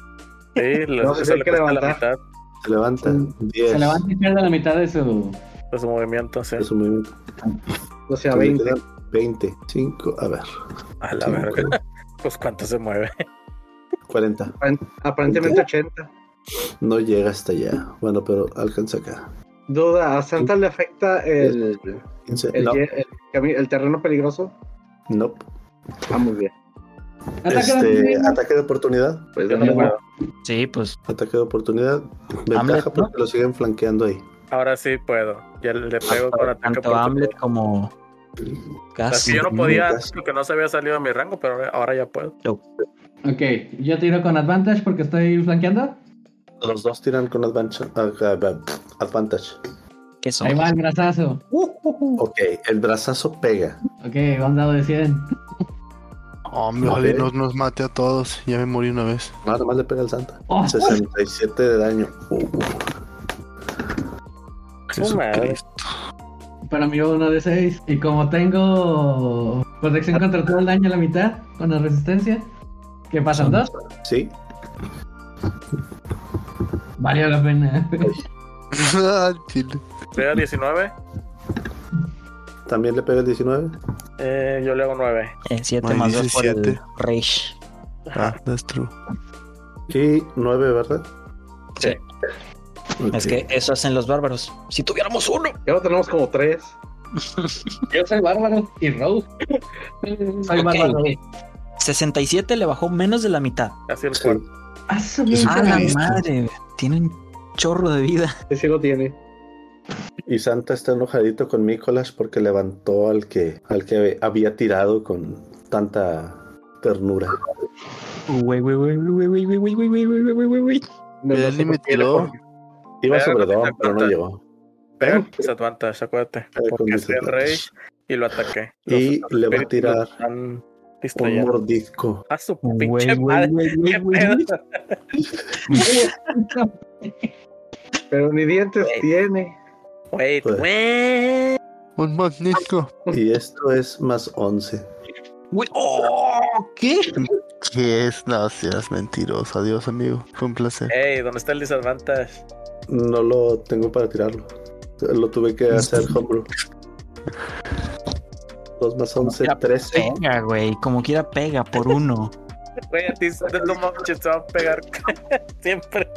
[SPEAKER 6] Sí, le-
[SPEAKER 4] No,
[SPEAKER 6] eso
[SPEAKER 4] se tiene
[SPEAKER 6] le
[SPEAKER 4] que
[SPEAKER 6] cuesta la
[SPEAKER 4] levantar.
[SPEAKER 6] mitad
[SPEAKER 1] Se levanta. Diez.
[SPEAKER 7] Se levanta y pierde la mitad de su.
[SPEAKER 6] de su movimiento. Sí.
[SPEAKER 1] Es un movimiento.
[SPEAKER 4] O sea, 20.
[SPEAKER 1] 20. 5, a ver.
[SPEAKER 6] A la
[SPEAKER 1] cinco,
[SPEAKER 6] verga. (laughs) Pues cuánto se mueve.
[SPEAKER 1] 40.
[SPEAKER 4] Aparentemente 80.
[SPEAKER 1] No llega hasta allá. Bueno, pero alcanza acá.
[SPEAKER 4] Duda, ¿a Santa le afecta el,
[SPEAKER 1] Quince.
[SPEAKER 4] el,
[SPEAKER 1] no,
[SPEAKER 4] ye- el cami- el terreno peligroso?
[SPEAKER 1] nope.
[SPEAKER 4] Ah, muy bien.
[SPEAKER 7] Ataca
[SPEAKER 1] Este,
[SPEAKER 7] la
[SPEAKER 1] ataque de oportunidad.
[SPEAKER 4] Pues
[SPEAKER 6] Yo no
[SPEAKER 4] dale,
[SPEAKER 6] puedo.
[SPEAKER 3] Sí, pues.
[SPEAKER 1] Ataque de oportunidad. Ventaja
[SPEAKER 3] Hamlet, ¿no?
[SPEAKER 1] porque lo siguen flanqueando ahí.
[SPEAKER 6] Ahora sí puedo. Ya le pego con ataque
[SPEAKER 3] Tanto
[SPEAKER 6] oportunidad.
[SPEAKER 3] Hamlet como.
[SPEAKER 6] Así
[SPEAKER 3] Gas.
[SPEAKER 6] yo no podía
[SPEAKER 1] Casi.
[SPEAKER 6] porque no se había salido de mi rango, pero ahora- ahora ya puedo.
[SPEAKER 7] Ok, yo tiro con advantage porque estoy flanqueando.
[SPEAKER 1] Los dos tiran con advantage. ah, ah, ah, advantage.
[SPEAKER 3] ¿Qué
[SPEAKER 7] Ahí
[SPEAKER 3] son?
[SPEAKER 7] va el brazazo.
[SPEAKER 1] Ok, el brazazo pega.
[SPEAKER 7] Ok, va un dado de 100.
[SPEAKER 2] (laughs) Hombre, ojalá y nos, nos mate a todos. Ya me morí una vez.
[SPEAKER 1] Nada más le pega al Santa.
[SPEAKER 7] Oh,
[SPEAKER 1] 67 de daño. Uh,
[SPEAKER 2] (laughs)
[SPEAKER 6] Su madre.
[SPEAKER 7] para mí va uno de 6. Y como tengo protección contra todo el daño a la mitad, con la resistencia, ¿qué pasan dos?
[SPEAKER 1] sí,
[SPEAKER 7] Valió la pena.
[SPEAKER 2] Ah, chile.
[SPEAKER 6] Le da 19,
[SPEAKER 1] también le pega el 19.
[SPEAKER 6] eh, yo le hago 9.
[SPEAKER 3] 7
[SPEAKER 2] Más
[SPEAKER 3] más 2 por el
[SPEAKER 2] 17.
[SPEAKER 3] Rage.
[SPEAKER 2] Ah, that's true.
[SPEAKER 1] Y 9, ¿verdad?
[SPEAKER 3] Sí.
[SPEAKER 1] Ok.
[SPEAKER 3] Es que eso hacen los bárbaros. Si tuviéramos uno.
[SPEAKER 4] Ya lo tenemos como 3.
[SPEAKER 7] Yo soy bárbaro y Rose. soy
[SPEAKER 3] Ok,
[SPEAKER 7] bárbaro.
[SPEAKER 3] ok. 67 le bajó menos de la mitad.
[SPEAKER 6] Así el
[SPEAKER 1] Sí.
[SPEAKER 6] cuarto.
[SPEAKER 7] Ah, su
[SPEAKER 2] Eso
[SPEAKER 3] A
[SPEAKER 7] vida.
[SPEAKER 3] la
[SPEAKER 2] Cristo.
[SPEAKER 3] madre. Tiene un chorro de vida.
[SPEAKER 4] Sí lo tiene.
[SPEAKER 1] Y Santa está enojadito con Nicolás porque levantó al que, al que había tirado con tanta ternura.
[SPEAKER 3] Güey, güey, güey, güey, güey, güey, güey, güey, güey, güey, güey, güey.
[SPEAKER 4] No,
[SPEAKER 2] Ya
[SPEAKER 4] no
[SPEAKER 2] ni
[SPEAKER 4] sé
[SPEAKER 2] me
[SPEAKER 4] por qué le
[SPEAKER 2] tiró.
[SPEAKER 4] pone.
[SPEAKER 1] Iba
[SPEAKER 6] Pega
[SPEAKER 1] sobre
[SPEAKER 6] con
[SPEAKER 1] dos, pero no
[SPEAKER 6] disadvantage.
[SPEAKER 1] llegó.
[SPEAKER 6] Pega con disadvantage, acuérdate.
[SPEAKER 1] Pega con
[SPEAKER 6] Porque es el rey
[SPEAKER 1] disadvantage.
[SPEAKER 6] y lo ataqué.
[SPEAKER 1] Y
[SPEAKER 6] Los
[SPEAKER 1] le va a
[SPEAKER 6] espíritus lo
[SPEAKER 1] tirar
[SPEAKER 6] están
[SPEAKER 1] un
[SPEAKER 6] distrayendo.
[SPEAKER 1] mordisco.
[SPEAKER 6] A su
[SPEAKER 3] Güey,
[SPEAKER 6] pinche
[SPEAKER 3] güey,
[SPEAKER 6] madre.
[SPEAKER 3] güey, güey,
[SPEAKER 6] ¿Qué
[SPEAKER 3] güey, güey.
[SPEAKER 6] pedo?
[SPEAKER 4] Pero ni dientes
[SPEAKER 3] Güey.
[SPEAKER 4] tiene.
[SPEAKER 6] Wait,
[SPEAKER 1] Pues.
[SPEAKER 6] wait.
[SPEAKER 2] Un magnífico.
[SPEAKER 1] Y esto es más 11.
[SPEAKER 3] Güey, oh, ¿qué?
[SPEAKER 2] ¿Qué es? No seas mentiroso. Adiós, amigo. Fue un placer.
[SPEAKER 6] Ey, ¿dónde está el disadvantage?
[SPEAKER 1] No lo tengo para tirarlo. Lo tuve que hacer homebrew. 2 más 11,
[SPEAKER 3] Mira,
[SPEAKER 1] 13.
[SPEAKER 3] Pega, güey. Como quiera pega por uno.
[SPEAKER 6] Güey, a ti se-
[SPEAKER 1] (laughs)
[SPEAKER 6] no manches, te va a pegar (laughs) siempre.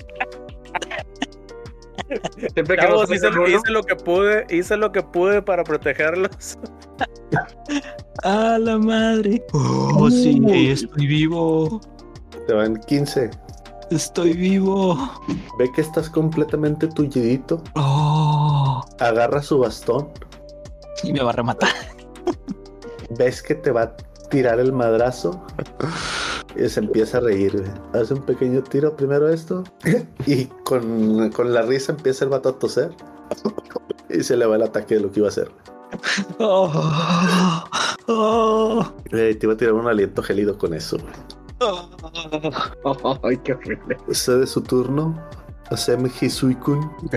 [SPEAKER 4] Siempre que
[SPEAKER 6] Chavos,
[SPEAKER 4] vas a
[SPEAKER 6] hice,
[SPEAKER 4] hacer uno,
[SPEAKER 6] hice lo que pude, hice lo que pude para protegerlos.
[SPEAKER 3] A la madre. Oh, sí, estoy vivo.
[SPEAKER 1] Te van 15.
[SPEAKER 3] Estoy vivo.
[SPEAKER 1] Ve que estás completamente tullidito.
[SPEAKER 3] Oh.
[SPEAKER 1] Agarra su bastón.
[SPEAKER 3] Y me va a rematar.
[SPEAKER 1] ves que te va a tirar el madrazo y se empieza a reír. güey. Hace un pequeño tiro primero esto y con, con la risa empieza el vato a toser y se le va el ataque de lo que iba a hacer.
[SPEAKER 3] Oh. Oh.
[SPEAKER 1] Eh, te iba a tirar un aliento gelido con eso. güey.
[SPEAKER 3] oh.
[SPEAKER 4] (laughs) Ay, qué horrible.
[SPEAKER 1] Cede su turno. Hasem Hizuikun.
[SPEAKER 5] Ok.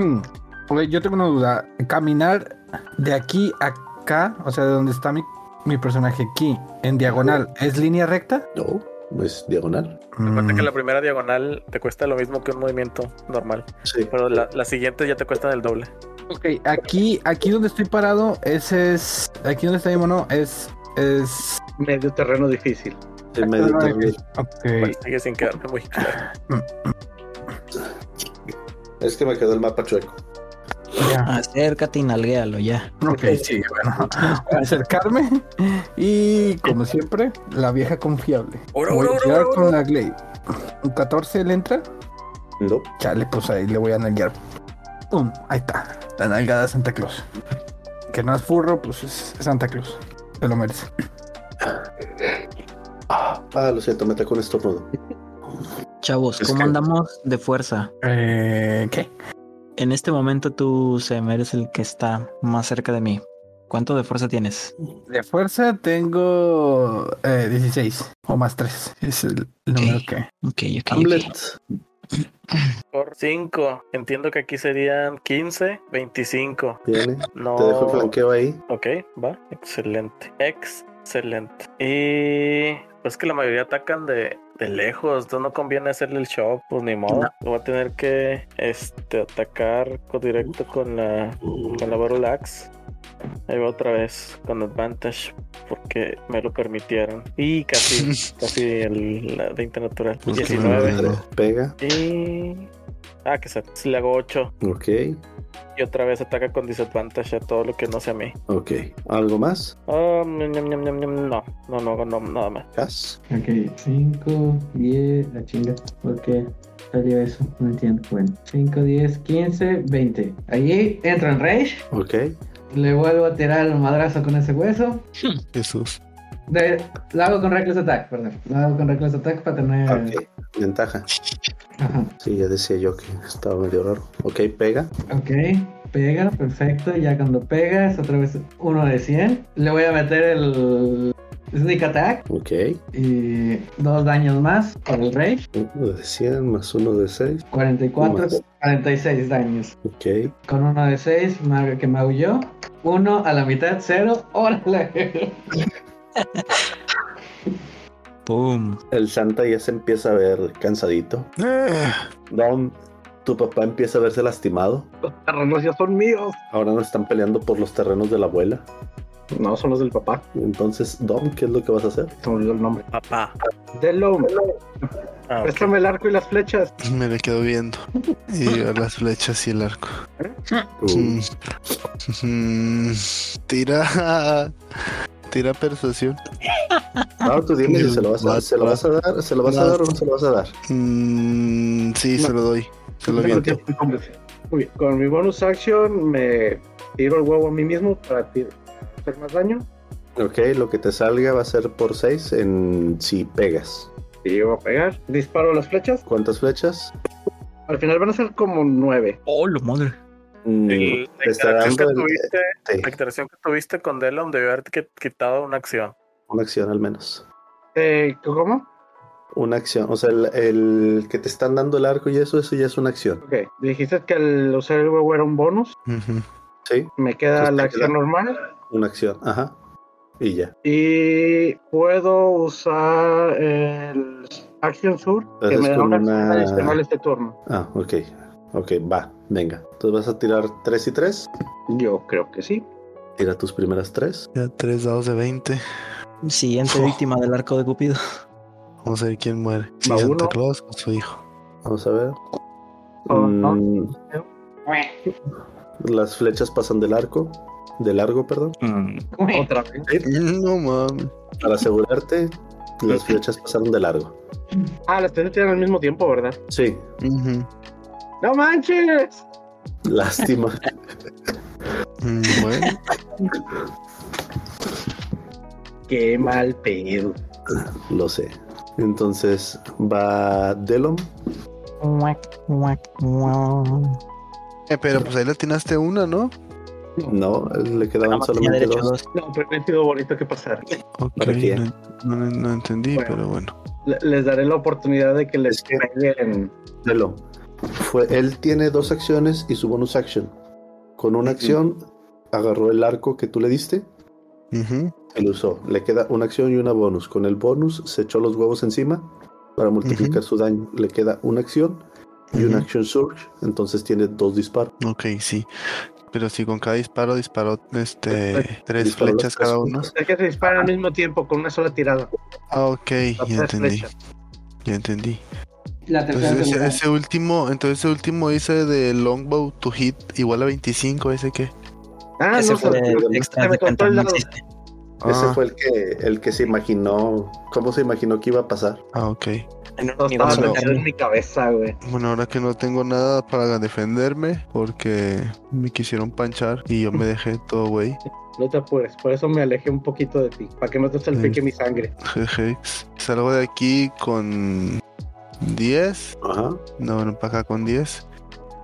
[SPEAKER 5] Mm. Ok, yo tengo una duda. Caminar de aquí a acá, o sea, de donde está mi, mi personaje aquí, en diagonal, ¿es línea recta?
[SPEAKER 1] No, es Pues, diagonal.
[SPEAKER 6] Recuerda que
[SPEAKER 5] Mm.
[SPEAKER 6] la primera diagonal te cuesta lo mismo que un movimiento normal,
[SPEAKER 1] Sí.
[SPEAKER 6] pero la, la siguiente ya te cuesta el doble.
[SPEAKER 5] Mm. Ok, aquí, aquí donde estoy parado, ese es. Aquí donde está mi mono, es. Es.
[SPEAKER 4] Medio terreno difícil.
[SPEAKER 1] En medio turno.
[SPEAKER 5] Ok.
[SPEAKER 6] Pues sigue sin quedarme muy claro.
[SPEAKER 1] Es que me quedó el mapa chueco.
[SPEAKER 5] ya.
[SPEAKER 3] Acércate y nalguéalo ya.
[SPEAKER 5] Ok, sí, (laughs) bueno. Voy a Acercarme. Y como siempre, la vieja confiable.
[SPEAKER 6] Oro,
[SPEAKER 5] Voy
[SPEAKER 6] oro,
[SPEAKER 5] a
[SPEAKER 6] oro,
[SPEAKER 5] tirar
[SPEAKER 6] oro,
[SPEAKER 5] con la Glade. Un 14 le entra.
[SPEAKER 1] No.
[SPEAKER 5] Chale, pues ahí le voy a nalguear. Pum, ahí está. La nalgada de Santa Claus. Que no es furro, pues es Santa Claus. Se lo merece.
[SPEAKER 1] Ah, lo siento, me tocó un estornudo.
[SPEAKER 3] Chavos,
[SPEAKER 1] Es
[SPEAKER 3] ¿cómo
[SPEAKER 1] que-
[SPEAKER 3] andamos de fuerza?
[SPEAKER 5] Eh, ¿Qué?
[SPEAKER 3] En este momento tú, Sem, eres el que está más cerca de mí. ¿Cuánto de fuerza tienes?
[SPEAKER 5] De fuerza tengo eh, 16 o más 3. Es el número que.
[SPEAKER 3] Ok, ok, ok.
[SPEAKER 1] Hamlet,
[SPEAKER 6] Por 5. Entiendo que aquí serían 15, 25.
[SPEAKER 1] viene.
[SPEAKER 6] No.
[SPEAKER 1] Te dejo el flanqueo ahí.
[SPEAKER 6] Ok, va. Excelente. Excelente. Y pues que la mayoría atacan de, de lejos. Entonces no conviene hacerle el shock, pues ni modo. Voy a tener que este, atacar con- directo con la, con la Barrel Axe. Ahí va otra vez con Advantage porque me lo permitieron.
[SPEAKER 2] (laughs)
[SPEAKER 6] Y casi, casi el la 20 natural.
[SPEAKER 1] Ok,
[SPEAKER 6] 19.
[SPEAKER 1] Pues madre. Pega.
[SPEAKER 6] Y. Ah, que se. Si le hago 8
[SPEAKER 1] Ok,
[SPEAKER 6] y otra vez ataca con disadvantage a todo lo que no sea a mí.
[SPEAKER 1] ok. ¿Algo más?
[SPEAKER 6] Ah, ñam, ñam, ñam, ñam, ñam, no, no, no, no, nada más.
[SPEAKER 1] Cas.
[SPEAKER 7] Ok, 5, 10, la chinga. ¿Por qué salió eso? No entiendo. Bueno, 5, 10, 15, 20. Allí entro en Rage.
[SPEAKER 1] Ok.
[SPEAKER 7] Le vuelvo a tirar el madrazo con ese hueso.
[SPEAKER 2] Jesús.
[SPEAKER 7] De, lo hago con Reckless Attack, perdón. Lo hago con Reckless Attack para tener.
[SPEAKER 1] Ok. Ventaja.
[SPEAKER 7] Ajá.
[SPEAKER 1] Sí, ya decía yo que estaba medio raro. Ok, pega.
[SPEAKER 7] Ok, pega, perfecto. Ya cuando pega es otra vez uno de 100. Le voy a meter el Sneak Attack
[SPEAKER 1] Ok.
[SPEAKER 7] y dos daños más por el Rage.
[SPEAKER 1] Uno de 100 más uno de 6.
[SPEAKER 7] 44,
[SPEAKER 1] Más.
[SPEAKER 7] 46 daños.
[SPEAKER 1] Ok.
[SPEAKER 7] Con uno de 6, que me aulló. Uno a la mitad, cero. ¡Órale!
[SPEAKER 3] Boom.
[SPEAKER 1] El Santa ya se empieza a ver cansadito.
[SPEAKER 2] Eh,
[SPEAKER 1] Down, tu papá empieza a verse lastimado.
[SPEAKER 4] Los terrenos ya son míos.
[SPEAKER 1] Ahora no están peleando por los terrenos de la abuela.
[SPEAKER 4] No, son los del papá.
[SPEAKER 1] Entonces, Dom, ¿qué es lo que vas a hacer?
[SPEAKER 4] Se me olvidó el nombre.
[SPEAKER 6] Papá.
[SPEAKER 4] Delo,
[SPEAKER 1] Pues,
[SPEAKER 6] Ah, ok.
[SPEAKER 4] préstame el arco y las flechas.
[SPEAKER 2] me le quedo viendo. Y a las flechas y el arco. Mm. Mm, Tira. (laughs) Tira persuasión.
[SPEAKER 1] Ahora Ah, tú dime si se lo vas a, se lo vas a dar, se lo vas a dar o no se lo vas a dar.
[SPEAKER 2] Mm, sí, se lo doy. Se lo
[SPEAKER 4] Tengo
[SPEAKER 2] viento.
[SPEAKER 4] tiempo de convencer. Muy bien, Con mi bonus action me tiro el huevo a mí mismo para ti- hacer más daño.
[SPEAKER 1] Ok, lo que te salga va a ser por 6 en si pegas.
[SPEAKER 4] Y llego a pegar. Disparo las flechas.
[SPEAKER 1] ¿Cuántas flechas?
[SPEAKER 4] Al final van a ser como nueve.
[SPEAKER 3] Oh, lo madre.
[SPEAKER 1] Mm,
[SPEAKER 6] El-
[SPEAKER 1] te está
[SPEAKER 6] la, interacción que
[SPEAKER 1] dando el-
[SPEAKER 6] tuviste,
[SPEAKER 1] sí,
[SPEAKER 6] la interacción que tuviste con Delon debió haberte qui- quitado una acción.
[SPEAKER 1] una acción al menos.
[SPEAKER 4] Eh, ¿Cómo?
[SPEAKER 1] Una acción, o sea, el, el que te están dando el arco y eso, eso ya es una acción.
[SPEAKER 4] Ok. Dijiste que al usar el huevo era un bonus.
[SPEAKER 2] Ujú.
[SPEAKER 1] Sí,
[SPEAKER 4] Me queda
[SPEAKER 1] Pues
[SPEAKER 4] la
[SPEAKER 1] te
[SPEAKER 4] acción
[SPEAKER 1] queda.
[SPEAKER 4] normal.
[SPEAKER 1] una acción, ajá. Y ya.
[SPEAKER 4] Y puedo usar el Action Sur. Que
[SPEAKER 1] Haces
[SPEAKER 4] me da
[SPEAKER 1] con
[SPEAKER 4] una acción
[SPEAKER 1] una-
[SPEAKER 4] adicional este turno.
[SPEAKER 1] Ah, ok. Ok, va, venga. Entonces vas a tirar 3 y 3.
[SPEAKER 4] Yo creo que sí.
[SPEAKER 1] Tira tus primeras 3.
[SPEAKER 2] Ya tres dados de 20.
[SPEAKER 3] Siguiente
[SPEAKER 2] Oh.
[SPEAKER 3] víctima del arco de (laughs) Cupido.
[SPEAKER 2] Vamos a ver quién muere. Si
[SPEAKER 4] Va
[SPEAKER 2] Santa
[SPEAKER 4] uno.
[SPEAKER 2] Claus o su hijo.
[SPEAKER 1] Vamos a ver.
[SPEAKER 4] Oh, no.
[SPEAKER 1] Mm, Las flechas pasan del arco. De largo, perdón.
[SPEAKER 4] Otra vez.
[SPEAKER 2] No mames.
[SPEAKER 1] Para asegurarte, las flechas pasaron de largo.
[SPEAKER 4] Ah, las tres tiran al mismo tiempo, ¿verdad?
[SPEAKER 1] Sí,
[SPEAKER 2] Ujú.
[SPEAKER 4] ¡No manches!
[SPEAKER 1] lástima.
[SPEAKER 2] Mm, Bueno,
[SPEAKER 4] ¡Qué mal pedo!
[SPEAKER 1] Lo sé. Entonces va Delon.
[SPEAKER 2] (laughs) Eh, pero pues ahí le atinaste una, ¿no?
[SPEAKER 1] No, le
[SPEAKER 3] Nada
[SPEAKER 1] quedaban
[SPEAKER 3] más tenía
[SPEAKER 1] solamente
[SPEAKER 3] derecho a
[SPEAKER 1] dos.
[SPEAKER 3] dos.
[SPEAKER 4] No, pero ha sido bonito que pasar.
[SPEAKER 2] Ok,
[SPEAKER 1] ¿Para qué?
[SPEAKER 2] no, no- no entendí,
[SPEAKER 4] Bueno.
[SPEAKER 2] pero bueno.
[SPEAKER 4] Le- Les daré la oportunidad de que les
[SPEAKER 1] Es que-
[SPEAKER 4] peguen.
[SPEAKER 1] Delon. Fue, él tiene dos acciones y su bonus action. Con una acción agarró el arco que tú le diste
[SPEAKER 2] Ujú.
[SPEAKER 1] Él usó. Le queda una acción y una bonus. Con el bonus se echó los huevos encima para multiplicar su daño. Le queda una acción y una
[SPEAKER 2] Ujú.
[SPEAKER 1] action surge. Entonces tiene dos disparos.
[SPEAKER 2] Ok, sí. Pero si con cada disparo disparó este
[SPEAKER 1] Disparó
[SPEAKER 2] tres
[SPEAKER 1] las
[SPEAKER 2] flechas
[SPEAKER 1] tres
[SPEAKER 2] cada uno.
[SPEAKER 1] juntas.
[SPEAKER 4] Es que se disparan al mismo tiempo con una sola tirada.
[SPEAKER 2] Ah, ok,
[SPEAKER 4] Las
[SPEAKER 2] ya
[SPEAKER 4] tres
[SPEAKER 2] entendí.
[SPEAKER 4] flechas.
[SPEAKER 2] Ya entendí.
[SPEAKER 7] La tercera
[SPEAKER 2] Entonces Pues ese,
[SPEAKER 7] seguridad.
[SPEAKER 2] ese último, entonces ese último hice de longbow to hit igual a 25, ese que.
[SPEAKER 4] Ah,
[SPEAKER 3] Ese
[SPEAKER 4] no,
[SPEAKER 3] fue
[SPEAKER 4] se,
[SPEAKER 3] el
[SPEAKER 1] me-
[SPEAKER 3] extra
[SPEAKER 4] se me
[SPEAKER 3] de cuenta,
[SPEAKER 4] cortó el
[SPEAKER 3] no
[SPEAKER 4] lado.
[SPEAKER 3] existe.
[SPEAKER 1] Ese
[SPEAKER 2] Ah,
[SPEAKER 1] fue el que, el que se imaginó, cómo se imaginó que iba a pasar.
[SPEAKER 2] ah, ok.
[SPEAKER 4] no
[SPEAKER 3] Ni vamos
[SPEAKER 4] estaba
[SPEAKER 3] a
[SPEAKER 2] no.
[SPEAKER 4] metido
[SPEAKER 3] meterle.
[SPEAKER 4] en mi cabeza, güey.
[SPEAKER 2] Bueno, ahora que no tengo nada para defenderme, porque me quisieron panchar y yo me dejé todo, güey. (laughs)
[SPEAKER 4] No te apures, por eso me alejé un poquito de ti. Para que no te salpique mi sangre.
[SPEAKER 2] Jeje. Salgo de aquí con 10.
[SPEAKER 1] Ajá.
[SPEAKER 2] No, bueno, para acá con 10.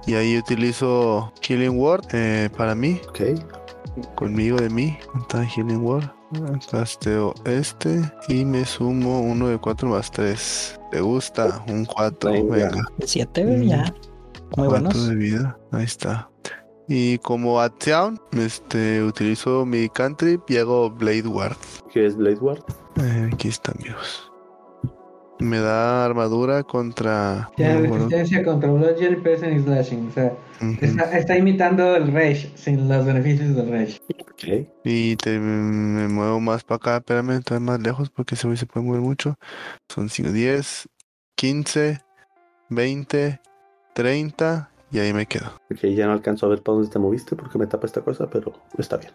[SPEAKER 2] Y ahí utilizo Killing Word eh, para mí.
[SPEAKER 1] Ok.
[SPEAKER 2] conmigo de mí, está Healing War. Casteo este y me sumo uno de 4 más 3. ¿Te gusta? Un 4,
[SPEAKER 4] Ahí va.
[SPEAKER 2] venga.
[SPEAKER 3] Siete,
[SPEAKER 2] Mm. Ah,
[SPEAKER 3] ya. Muy
[SPEAKER 2] Cuatro
[SPEAKER 3] buenos.
[SPEAKER 2] de vida, ahí está. Y como acción, este, utilizo mi cantrip y hago Blade Ward.
[SPEAKER 1] que es Blade Ward.
[SPEAKER 2] Eh, aquí están amigos. Me da armadura contra...
[SPEAKER 7] Tiene
[SPEAKER 2] no me acuerdo.
[SPEAKER 7] resistencia contra Bludgeon y Piercing y Slashing. O sea,
[SPEAKER 2] Ujú.
[SPEAKER 7] está, está imitando el Rage sin los beneficios del Rage.
[SPEAKER 1] Ok.
[SPEAKER 2] Y te, me muevo más para acá, espérame, estoy más lejos porque ese güey se puede mover mucho. Son 5, 10, 15, 20, 30 y ahí me quedo.
[SPEAKER 1] Ok, ya no alcanzo a ver para dónde te moviste porque me tapa esta cosa, pero está
[SPEAKER 2] (laughs)
[SPEAKER 1] bien.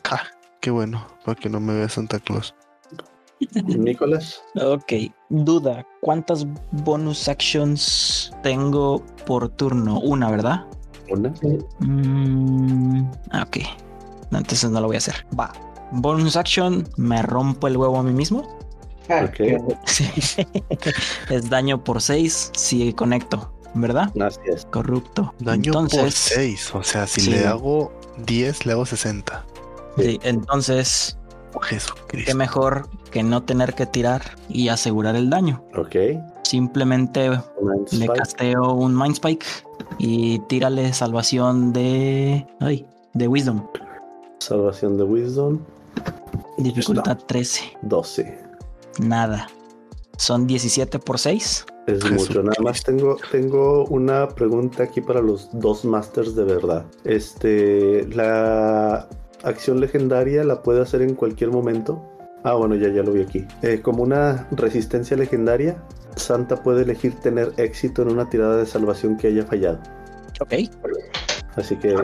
[SPEAKER 2] Qué bueno, para que no me vea Santa Claus.
[SPEAKER 1] Nicolás,
[SPEAKER 3] Ok, duda, ¿cuántas bonus actions tengo por turno? Una, ¿verdad?
[SPEAKER 1] una.
[SPEAKER 3] Mm, ah, ok, No, entonces no lo voy a hacer. Va, bonus action, me rompo el huevo a mí mismo. (laughs)
[SPEAKER 7] Ah,
[SPEAKER 1] Ok.
[SPEAKER 7] qué-
[SPEAKER 3] Sí. es daño por 6 si conecto, ¿verdad?
[SPEAKER 1] Gracias.
[SPEAKER 3] Corrupto.
[SPEAKER 2] Daño por
[SPEAKER 3] entonces,
[SPEAKER 2] 6, o sea, si
[SPEAKER 3] Sí.
[SPEAKER 2] le hago 10, le hago 60.
[SPEAKER 3] sí, entonces, qué
[SPEAKER 2] Jesucristo.
[SPEAKER 3] mejor que no tener que tirar y asegurar el daño.
[SPEAKER 1] Ok.
[SPEAKER 3] Simplemente
[SPEAKER 1] Una
[SPEAKER 3] Le
[SPEAKER 1] spike.
[SPEAKER 3] casteo un Mind Spike y tírale salvación de. Ay, de Wisdom.
[SPEAKER 1] Salvación de Wisdom.
[SPEAKER 3] Dificultad 13.
[SPEAKER 1] 12.
[SPEAKER 3] Nada. Son 17 por 6.
[SPEAKER 1] Es mucho. Nada más tengo, tengo una pregunta aquí para los dos masters de verdad. Este, la acción legendaria la puede hacer en cualquier momento. Ah, bueno, ya, ya lo vi aquí. Eh, como una resistencia legendaria, Santa puede elegir tener éxito en una tirada de salvación que haya fallado.
[SPEAKER 3] Ok.
[SPEAKER 1] Así que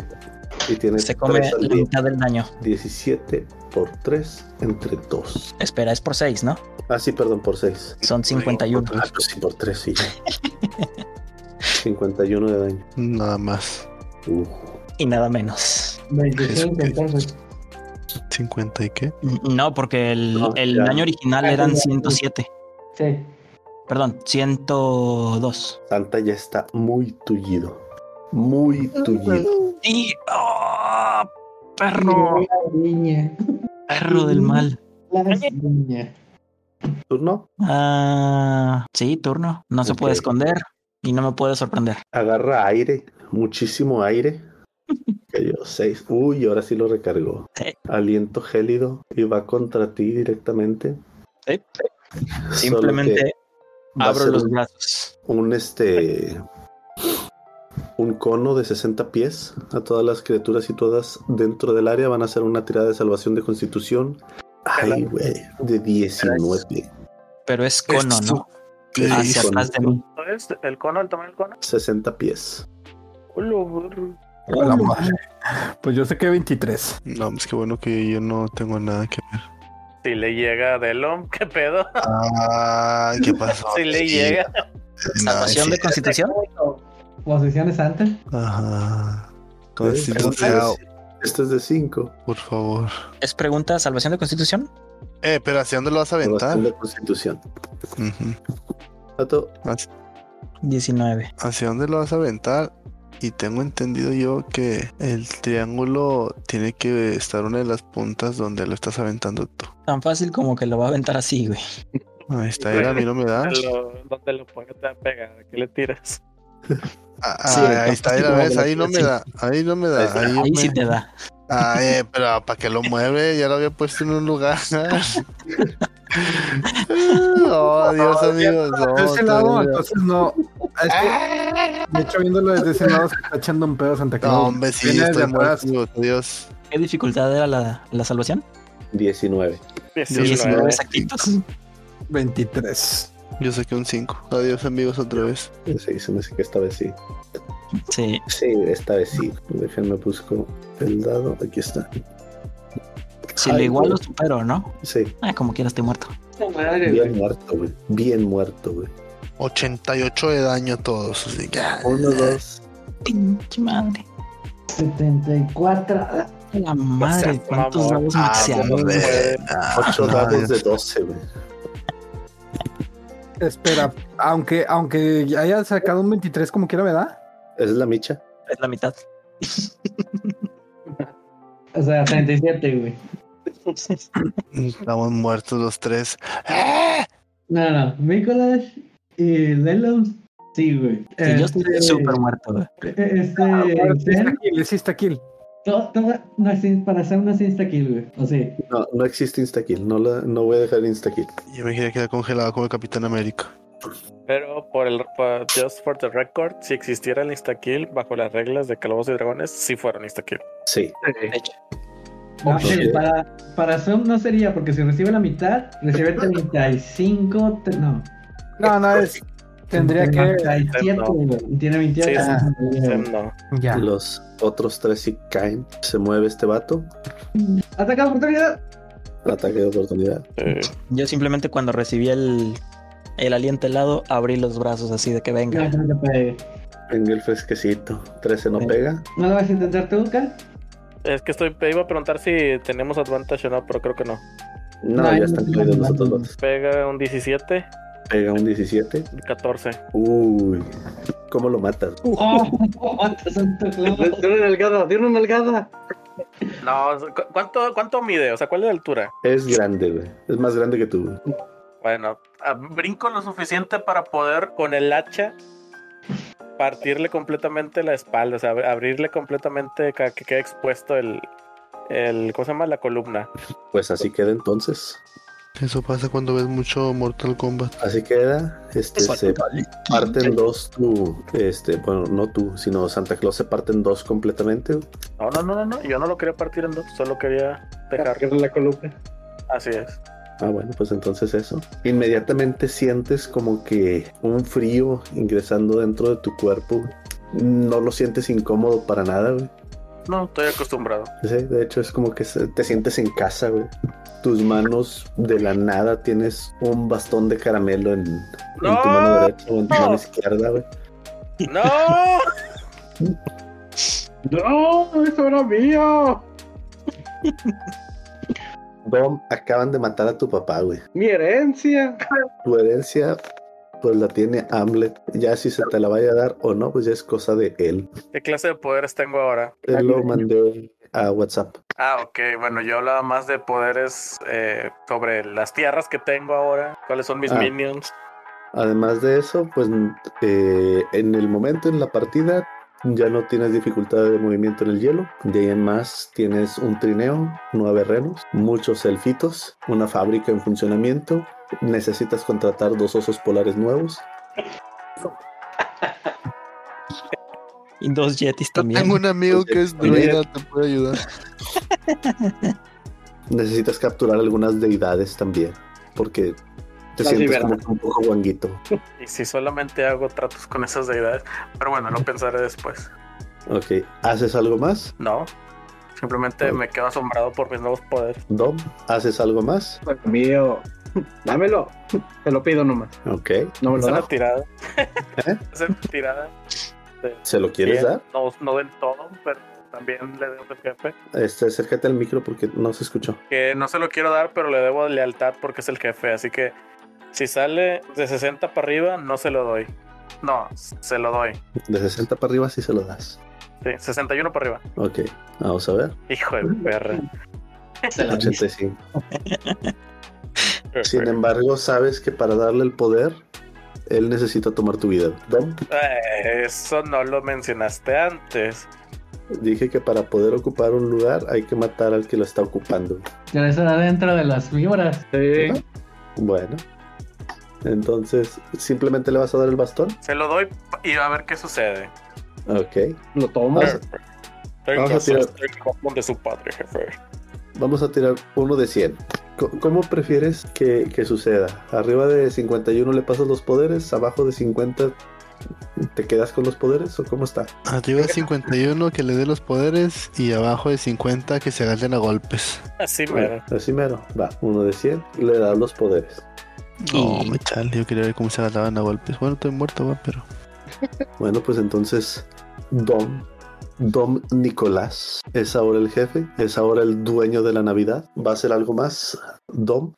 [SPEAKER 1] y tiene
[SPEAKER 3] Se come
[SPEAKER 1] tres al
[SPEAKER 3] la
[SPEAKER 1] día.
[SPEAKER 3] mitad del daño.
[SPEAKER 1] 17 por 3 entre 2.
[SPEAKER 3] Espera, es por 6, ¿no?
[SPEAKER 1] Ah, sí, perdón, por 6.
[SPEAKER 3] Son 51.
[SPEAKER 1] Ah, pues sí, por 3,
[SPEAKER 3] (laughs)
[SPEAKER 1] sí. 51 de daño.
[SPEAKER 2] Nada más.
[SPEAKER 1] Uh.
[SPEAKER 3] Y nada menos.
[SPEAKER 7] 25 entonces.
[SPEAKER 2] 50 y qué?
[SPEAKER 3] N- No, porque el,
[SPEAKER 1] No,
[SPEAKER 3] el
[SPEAKER 1] ya.
[SPEAKER 3] daño original
[SPEAKER 7] Ah,
[SPEAKER 3] eran
[SPEAKER 7] ya.
[SPEAKER 3] 107.
[SPEAKER 7] Sí.
[SPEAKER 3] Perdón, 102.
[SPEAKER 1] Santa ya está muy tullido. Muy tullido.
[SPEAKER 3] Y. ¡Oh! Perro.
[SPEAKER 7] Niña.
[SPEAKER 3] Perro del mal.
[SPEAKER 7] La niña.
[SPEAKER 1] Turno,
[SPEAKER 3] Ah, sí, turno. No se puede
[SPEAKER 1] Ok.
[SPEAKER 3] esconder y no me puede sorprender.
[SPEAKER 1] agarra aire, muchísimo aire. Cayó 6. Uy, ahora sí lo recargó.
[SPEAKER 3] Sí.
[SPEAKER 1] Aliento gélido y va contra ti directamente.
[SPEAKER 3] Sí.
[SPEAKER 1] Solo que
[SPEAKER 3] Simplemente
[SPEAKER 1] va a
[SPEAKER 3] abro
[SPEAKER 1] ser
[SPEAKER 3] los
[SPEAKER 1] un-
[SPEAKER 3] brazos.
[SPEAKER 1] un este un cono de 60 pies a todas las criaturas situadas dentro del área van a hacer una tirada de salvación de constitución ay güey de 19
[SPEAKER 3] Pero es cono, ¿no?
[SPEAKER 1] es
[SPEAKER 3] Hacia
[SPEAKER 1] cono.
[SPEAKER 3] atrás de mí.
[SPEAKER 6] ¿No es el cono, el tamaño del cono?
[SPEAKER 1] 60 pies
[SPEAKER 6] Hola, burro.
[SPEAKER 5] A la madre. Pues yo sé que 23.
[SPEAKER 2] No, es que bueno que yo no tengo nada que ver.
[SPEAKER 6] Si le llega Delon, ¿qué pedo?
[SPEAKER 2] Ay, ¿qué pasó?
[SPEAKER 6] (laughs) Si le llega.
[SPEAKER 3] Salvación de constitución.
[SPEAKER 7] Posiciones antes.
[SPEAKER 2] Ajá.
[SPEAKER 1] este,
[SPEAKER 2] Constitución,
[SPEAKER 1] es, este es de 5
[SPEAKER 2] por favor.
[SPEAKER 3] Es pregunta, salvación de constitución.
[SPEAKER 2] Eh, pero ¿hacia dónde lo vas a aventar?
[SPEAKER 1] de constitución
[SPEAKER 2] Ujú.
[SPEAKER 1] Tato,
[SPEAKER 2] Hacia-
[SPEAKER 3] 19.
[SPEAKER 2] ¿Hacia dónde lo vas a aventar? Y tengo entendido yo que el triángulo tiene que estar una de las puntas donde lo estás aventando tú.
[SPEAKER 3] Tan fácil como que lo va a aventar así, güey.
[SPEAKER 2] Ahí está, era, a mí no
[SPEAKER 1] ah.
[SPEAKER 2] me da.
[SPEAKER 6] ¿Dónde (laughs) lo- ¿Dónde lo pones? Te va a pegar. ¿Qué le tiras? (laughs)
[SPEAKER 2] Ah,
[SPEAKER 3] Sí,
[SPEAKER 2] ah,
[SPEAKER 3] está
[SPEAKER 2] ahí está, era,
[SPEAKER 3] como
[SPEAKER 2] ves,
[SPEAKER 3] que lo
[SPEAKER 2] ahí no me
[SPEAKER 3] tiras
[SPEAKER 2] da. Ahí no me da. Ahí,
[SPEAKER 3] Ahí
[SPEAKER 2] me-
[SPEAKER 3] sí te da.
[SPEAKER 2] Ah, eh, pero para que lo mueve, ya lo había puesto en un lugar. (laughs) oh, Dios, amigos. No,
[SPEAKER 5] de
[SPEAKER 2] todavía.
[SPEAKER 5] ese Ah, lado, entonces no. Es que, de hecho, viéndolo desde ese lado, se está echando un pedo Santa Claus.
[SPEAKER 2] No, hombre, sí,
[SPEAKER 5] Viene desde
[SPEAKER 2] estoy
[SPEAKER 5] atrás.
[SPEAKER 2] muerto, Dios.
[SPEAKER 3] ¿Qué dificultad era la, la salvación?
[SPEAKER 1] 19
[SPEAKER 2] Sí,
[SPEAKER 3] 19
[SPEAKER 2] claro.
[SPEAKER 3] exactitos.
[SPEAKER 5] 23.
[SPEAKER 2] Yo saqué un 5. Adiós, amigos, otra vez.
[SPEAKER 1] sí, se me hace que esta vez sí
[SPEAKER 3] Sí.
[SPEAKER 1] sí esta vez sí déjenme busco el dado aquí está
[SPEAKER 3] Si lo
[SPEAKER 1] Ay,
[SPEAKER 3] igual lo
[SPEAKER 1] güey.
[SPEAKER 3] supero, ¿no?
[SPEAKER 1] sí
[SPEAKER 3] Ah, como quiera, estoy muerto.
[SPEAKER 1] bien muerto güey bien muerto güey
[SPEAKER 2] 88 de daño a todos. Así que, ah,
[SPEAKER 1] uno dos
[SPEAKER 3] Pinche madre.
[SPEAKER 7] 74.
[SPEAKER 3] La madre,
[SPEAKER 6] seas
[SPEAKER 3] cuántos
[SPEAKER 6] mamón.
[SPEAKER 3] dados
[SPEAKER 2] ah,
[SPEAKER 3] maxiados.
[SPEAKER 2] hombre,
[SPEAKER 6] güey.
[SPEAKER 2] ah,
[SPEAKER 1] 8
[SPEAKER 2] no,
[SPEAKER 1] dados
[SPEAKER 2] Dios.
[SPEAKER 1] de 12, güey.
[SPEAKER 5] Espera, aunque, aunque haya sacado un 23, como quiera me da.
[SPEAKER 1] (laughs) Esa es la micha.
[SPEAKER 3] Es la mitad.
[SPEAKER 7] O sea, 37, güey.
[SPEAKER 2] Estamos muertos los tres. ¡Ah!
[SPEAKER 7] No, no. Mikolash y Lelon, sí, güey.
[SPEAKER 3] Sí, yo estoy
[SPEAKER 7] Este-
[SPEAKER 3] súper muerto, güey.
[SPEAKER 7] Este.
[SPEAKER 5] Ah,
[SPEAKER 7] Zen,
[SPEAKER 5] El kill.
[SPEAKER 7] to- toma- no, sí, para hacer unos insta-kill, güey. O sea,
[SPEAKER 1] No, no existe Instakill. No, la- no voy a dejar Instakill.
[SPEAKER 2] Yo me quería quedar congelado como el Capitán América.
[SPEAKER 6] Pero por el pa- just for the record, si existiera el instakill bajo las reglas de Calabozos y Dragones, sí fueron instakill.
[SPEAKER 1] Sí.
[SPEAKER 3] De hecho.
[SPEAKER 7] no,
[SPEAKER 1] sí.
[SPEAKER 7] sí, para, para Zoom no sería, porque si recibe la mitad, recibe 35. te- no.
[SPEAKER 5] No, no, es. Tendría que.
[SPEAKER 7] 37, güey. Tiene 28.
[SPEAKER 6] Sí,
[SPEAKER 5] sí,
[SPEAKER 6] Sam no.
[SPEAKER 5] Ya.
[SPEAKER 1] Los otros tres sí caen. Se mueve este vato.
[SPEAKER 7] Ataca de oportunidad.
[SPEAKER 1] Ataque de oportunidad.
[SPEAKER 6] Eh,
[SPEAKER 3] Yo simplemente cuando recibí el, el aliento helado, abrí los brazos así de que
[SPEAKER 7] No,
[SPEAKER 3] venga.
[SPEAKER 7] no te pegue.
[SPEAKER 1] Venga el fresquecito. 13 no
[SPEAKER 3] Sí.
[SPEAKER 1] pega.
[SPEAKER 7] ¿No lo vas a intentar tú, Cal?
[SPEAKER 6] es que estoy, te iba a preguntar si tenemos advantage o no, pero creo que no.
[SPEAKER 1] No,
[SPEAKER 7] No,
[SPEAKER 1] ya
[SPEAKER 7] no
[SPEAKER 1] están
[SPEAKER 7] pega
[SPEAKER 1] caídos los
[SPEAKER 7] nada.
[SPEAKER 1] otros vatos.
[SPEAKER 6] Pega un 17,
[SPEAKER 1] Pega un 17.
[SPEAKER 6] 14.
[SPEAKER 1] Uy. ¿Cómo lo matas?
[SPEAKER 7] (laughs) ¡Oh! ¡Mata Santo (laughs) Claus!
[SPEAKER 4] Tiene una nalgada, tiene una nalgada.
[SPEAKER 6] No, ¿cu- ¿cuánto, ¿cuánto mide? O sea, ¿cuál es la altura?
[SPEAKER 1] Es grande, güey. Es más grande que tú. güey.
[SPEAKER 6] Bueno, ah, brinco lo suficiente para poder con el hacha partirle completamente la espalda, o sea, ab- abrirle completamente ca- que quede expuesto el, el ¿cómo se llama? La columna.
[SPEAKER 1] Pues así queda entonces.
[SPEAKER 2] Eso pasa cuando ves mucho Mortal Kombat.
[SPEAKER 1] Así queda.
[SPEAKER 3] Pues,
[SPEAKER 1] Este se parte en dos tú. Este, bueno, no tú, sino Santa Claus se parte en dos completamente.
[SPEAKER 6] No, no, no, no, no, yo no lo quería partir en dos, solo quería dejar.
[SPEAKER 4] Cargarle la columna.
[SPEAKER 6] Así es.
[SPEAKER 1] Ah, bueno, pues entonces eso. Inmediatamente sientes como que un frío ingresando dentro de tu cuerpo. No lo sientes incómodo para nada, güey.
[SPEAKER 6] No, estoy acostumbrado.
[SPEAKER 1] Sí, de hecho es como que se- te sientes en casa, güey. Tus manos de la nada tienes un bastón de caramelo en, en tu mano
[SPEAKER 6] ¡No!
[SPEAKER 1] derecha o en tu mano izquierda, güey.
[SPEAKER 6] ¡No!
[SPEAKER 4] ¡No! ¡Eso era mío!
[SPEAKER 1] Dom, acaban de matar a tu papá, güey.
[SPEAKER 4] ¡Mi herencia!
[SPEAKER 1] Tu herencia, pues la tiene Hamlet. Ya si se te la vaya a dar o no, pues ya es cosa de él.
[SPEAKER 6] ¿Qué clase de poderes tengo ahora?
[SPEAKER 1] Él lo mandé a WhatsApp.
[SPEAKER 6] Ah, ok, bueno, yo hablaba más de poderes eh, sobre las tierras que tengo ahora, cuáles son mis
[SPEAKER 1] Ah.
[SPEAKER 6] minions.
[SPEAKER 1] Además de eso, pues eh, en el momento, en la partida, ya no tienes dificultad de movimiento en el hielo. De ahí en más, tienes un trineo, nueve renos, muchos elfitos, una fábrica en funcionamiento. Necesitas contratar dos osos polares nuevos.
[SPEAKER 3] Y dos yetis
[SPEAKER 2] Yo
[SPEAKER 3] también.
[SPEAKER 2] tengo un amigo que es druida, te puede ayudar.
[SPEAKER 1] Necesitas capturar algunas deidades también, porque te
[SPEAKER 4] Las
[SPEAKER 1] sientes
[SPEAKER 4] libera.
[SPEAKER 1] como que un poco guanguito.
[SPEAKER 6] Y si solamente hago tratos con esas deidades. Pero bueno, lo pensaré después.
[SPEAKER 1] Ok, ¿haces algo más?
[SPEAKER 6] No. Simplemente me quedo asombrado por mis nuevos poderes.
[SPEAKER 1] Dom, ¿haces algo más?
[SPEAKER 4] Mío. Dámelo. Te lo pido nomás.
[SPEAKER 1] Ok,
[SPEAKER 4] No me lo
[SPEAKER 6] Hacer
[SPEAKER 4] das.
[SPEAKER 6] una tirada. (laughs) Hacer una tirada.
[SPEAKER 1] ¿se lo quieres
[SPEAKER 6] Bien,
[SPEAKER 1] dar?
[SPEAKER 6] No, no del todo, pero también le debo al jefe.
[SPEAKER 1] Este, acércate al micro porque no se escuchó.
[SPEAKER 6] Que no se lo quiero dar, pero le debo lealtad porque es el jefe. Así que si sale de 60 para arriba, no se lo doy. No, se lo doy.
[SPEAKER 1] De 60 para arriba sí se lo das.
[SPEAKER 6] Sí, 61 para arriba.
[SPEAKER 1] Ok, vamos a ver.
[SPEAKER 6] Hijo de perra.
[SPEAKER 7] Se la
[SPEAKER 1] 85. Sin embargo, sabes que para darle el poder, él necesita tomar tu vida. Dom,
[SPEAKER 6] Eh, Eso no lo mencionaste antes.
[SPEAKER 1] dije que para poder ocupar un lugar hay que matar al que lo está ocupando.
[SPEAKER 7] Pero eso era dentro de las víboras.
[SPEAKER 4] Sí.
[SPEAKER 1] Bueno. Entonces, ¿simplemente le vas a dar el bastón?
[SPEAKER 6] Se lo doy y a ver qué sucede.
[SPEAKER 1] Ok.
[SPEAKER 4] Lo tomo.
[SPEAKER 1] Vamos,
[SPEAKER 6] Tengo
[SPEAKER 1] Vamos a tirar.
[SPEAKER 6] estoy común de su padre, jefe.
[SPEAKER 1] vamos a tirar uno de 100. Co- ¿Cómo prefieres que, que suceda? ¿Arriba de 51 le pasas los poderes? ¿Abajo de 50 te quedas con los poderes? ¿O cómo está?
[SPEAKER 2] Arriba de 51 que le dé los poderes y abajo de 50 que se agarren a golpes.
[SPEAKER 6] Así mero.
[SPEAKER 1] Así mero. Va, uno de 100, le das los poderes.
[SPEAKER 2] No, me chale, yo quería ver cómo se agarraban a golpes. Bueno, estoy muerto, va, pero.
[SPEAKER 1] Bueno, pues entonces Dom, Dom Nicolás es ahora el jefe, es ahora el dueño de la Navidad. ¿Va a hacer algo más, Dom?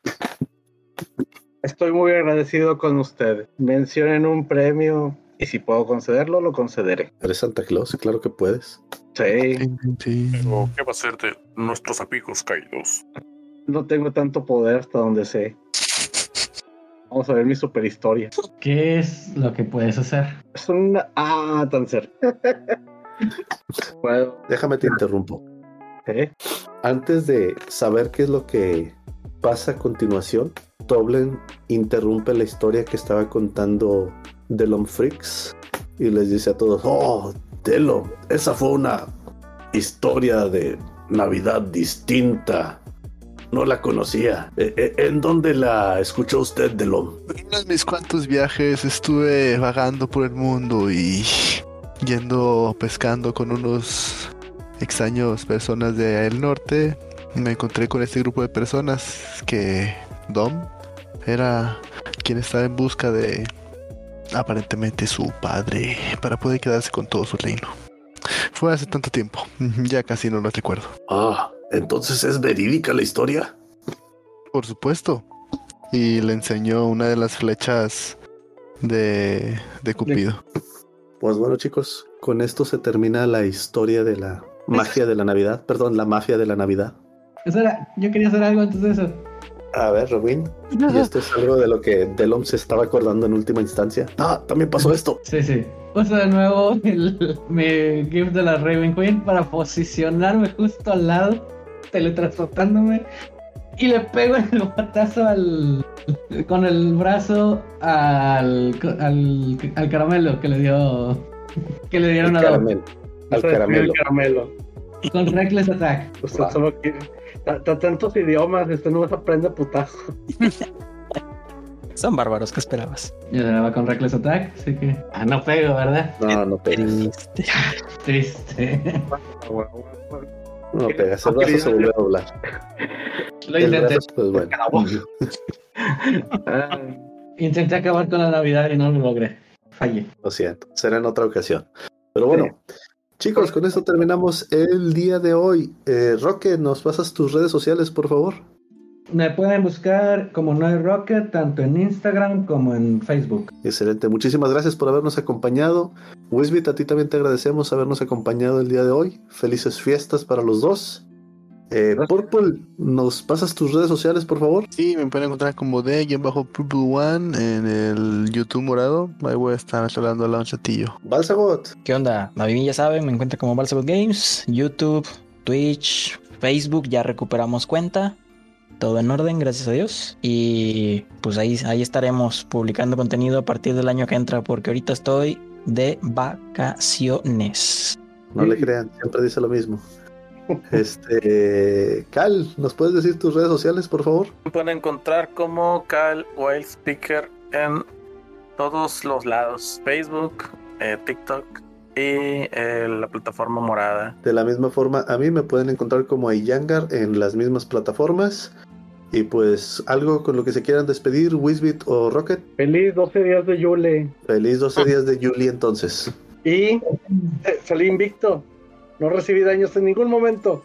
[SPEAKER 4] Estoy muy agradecido con ustedes. Mencionen un premio
[SPEAKER 8] Y si puedo concederlo, lo concederé.
[SPEAKER 1] Eres Santa Claus, claro que puedes.
[SPEAKER 8] Sí,
[SPEAKER 6] Pero, ¿qué va a ser de nuestros amigos caídos?
[SPEAKER 8] no tengo tanto poder hasta donde sé. Vamos a ver mi superhistoria.
[SPEAKER 7] ¿Qué es lo que puedes hacer?
[SPEAKER 8] Es una... Ah, tan (laughs) cerca. Bueno,
[SPEAKER 1] Déjame te interrumpo.
[SPEAKER 8] ¿eh?
[SPEAKER 1] Antes de saber qué es lo que pasa a continuación, Toblen interrumpe la historia que estaba contando Delon Freaks y les dice a todos, oh, Delon, esa fue una historia de Navidad distinta. No la conocía. Eh, eh, ¿En dónde la escuchó usted, Delon?
[SPEAKER 2] En uno de mis cuantos viajes estuve vagando por el mundo y yendo pescando con unos extraños personas del norte. Me encontré con este grupo de personas que Dom era quien estaba en busca de aparentemente su padre para poder quedarse con todo su reino. Fue hace tanto tiempo, (laughs) ya casi no lo recuerdo.
[SPEAKER 1] Ah, entonces es verídica la historia.
[SPEAKER 2] Por supuesto. Y le enseñó una de las flechas de, de Cupido.
[SPEAKER 1] Pues bueno, chicos, con esto se termina la historia de la magia de la Navidad. Perdón, la mafia de la Navidad.
[SPEAKER 7] Eso era- yo quería hacer algo antes de eso.
[SPEAKER 1] A ver, Robin. Y esto es algo de lo que Delon se estaba acordando en última instancia. Ah, también pasó esto.
[SPEAKER 7] Sí, sí. Uso de nuevo el, mi gift de la Raven Queen para posicionarme justo al lado, teletransportándome. Y le pego el batazo al, con el brazo al, al, al caramelo que le dio. Que le
[SPEAKER 1] Al
[SPEAKER 7] dieron a Dom.
[SPEAKER 1] caramelo. Al
[SPEAKER 8] Eso es
[SPEAKER 1] caramelo.
[SPEAKER 8] El caramelo.
[SPEAKER 7] Con Reckless Attack.
[SPEAKER 8] Usted solo quiere... ta- ta- tantos idiomas, usted no aprende putazo.
[SPEAKER 3] Son bárbaros, ¿qué esperabas?
[SPEAKER 7] Yo le daba con Reckless Attack, así que. Ah, no pego, ¿verdad?
[SPEAKER 1] No, no pegas.
[SPEAKER 3] Triste.
[SPEAKER 1] (laughs)
[SPEAKER 7] Triste.
[SPEAKER 8] Ah,
[SPEAKER 1] No pegas. El brazo se volvió a doblar.
[SPEAKER 7] Lo
[SPEAKER 1] El
[SPEAKER 7] intenté.
[SPEAKER 1] brazo, pues bueno.
[SPEAKER 8] Ah,
[SPEAKER 7] Intenté acabar con la Navidad y no lo logré. Fallé.
[SPEAKER 1] Lo siento. Será en otra ocasión. Pero bueno. Chicos, con esto terminamos el día de hoy. Eh, Roque, ¿nos pasas tus redes sociales, por favor?
[SPEAKER 7] Me pueden buscar como No hay Rocket tanto en Instagram como en
[SPEAKER 1] (laughs)
[SPEAKER 7] Facebook.
[SPEAKER 1] Excelente, muchísimas gracias por habernos acompañado. Wisbit, a ti también te agradecemos habernos acompañado el día de hoy. Felices fiestas para los dos. Eh, Purple, ¿nos pasas tus redes sociales, por favor?
[SPEAKER 2] Sí, me pueden encontrar como de guión bajo Purple One en el YouTube morado. Ahí voy a estar hablando al chatillo.
[SPEAKER 1] Balsagot,
[SPEAKER 3] ¿Qué onda? A mí ya saben, me encuentro como Balsagot Games, YouTube, Twitch, Facebook, ya recuperamos cuenta. Todo en orden, gracias a Dios. Y pues ahí, ahí estaremos publicando contenido a partir del año que entra, porque ahorita estoy de vacaciones.
[SPEAKER 1] no le crean, siempre dice lo mismo. Este, (laughs) Cal, ¿nos puedes decir tus redes sociales, por favor?
[SPEAKER 6] Me pueden encontrar como Cal Wild Speaker en todos los lados: Facebook, eh, TikTok y eh, la plataforma morada.
[SPEAKER 1] De la misma forma, a mí me pueden encontrar como a Iyangar en las mismas plataformas. Y pues, algo con lo que se quieran despedir, Wisbit o Rocket.
[SPEAKER 8] Feliz 12 días de Yule.
[SPEAKER 1] Feliz 12 días de Julie entonces.
[SPEAKER 8] Y eh, salí invicto. No recibí daños en ningún momento.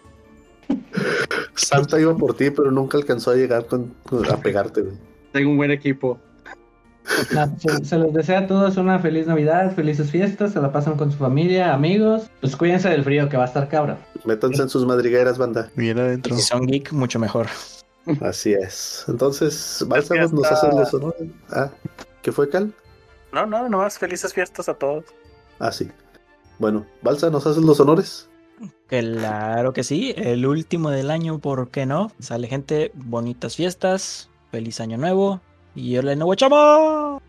[SPEAKER 1] Santa iba por ti, pero nunca alcanzó a llegar con, con- a pegarte, güey.
[SPEAKER 8] Tengo un buen equipo.
[SPEAKER 7] Nada, Ah, se, se les desea a todos una feliz Navidad, felices fiestas, se la pasan con su familia, amigos. Pues cuídense del frío que va a estar cabra.
[SPEAKER 1] Métanse en sus madrigueras, banda.
[SPEAKER 2] Bien adentro.
[SPEAKER 3] Si son geek, mucho mejor.
[SPEAKER 1] Así es. Entonces, Bálsamos nos hace los honores. Ah, ¿qué fue, Cal?
[SPEAKER 6] No, no, nomás felices fiestas a todos.
[SPEAKER 1] Ah, sí. Bueno, Balsa, ¿nos haces los honores?
[SPEAKER 3] Claro que sí, el último del año, ¿por qué no? Sale gente, bonitas fiestas, feliz año nuevo y yo le nuevo chamo.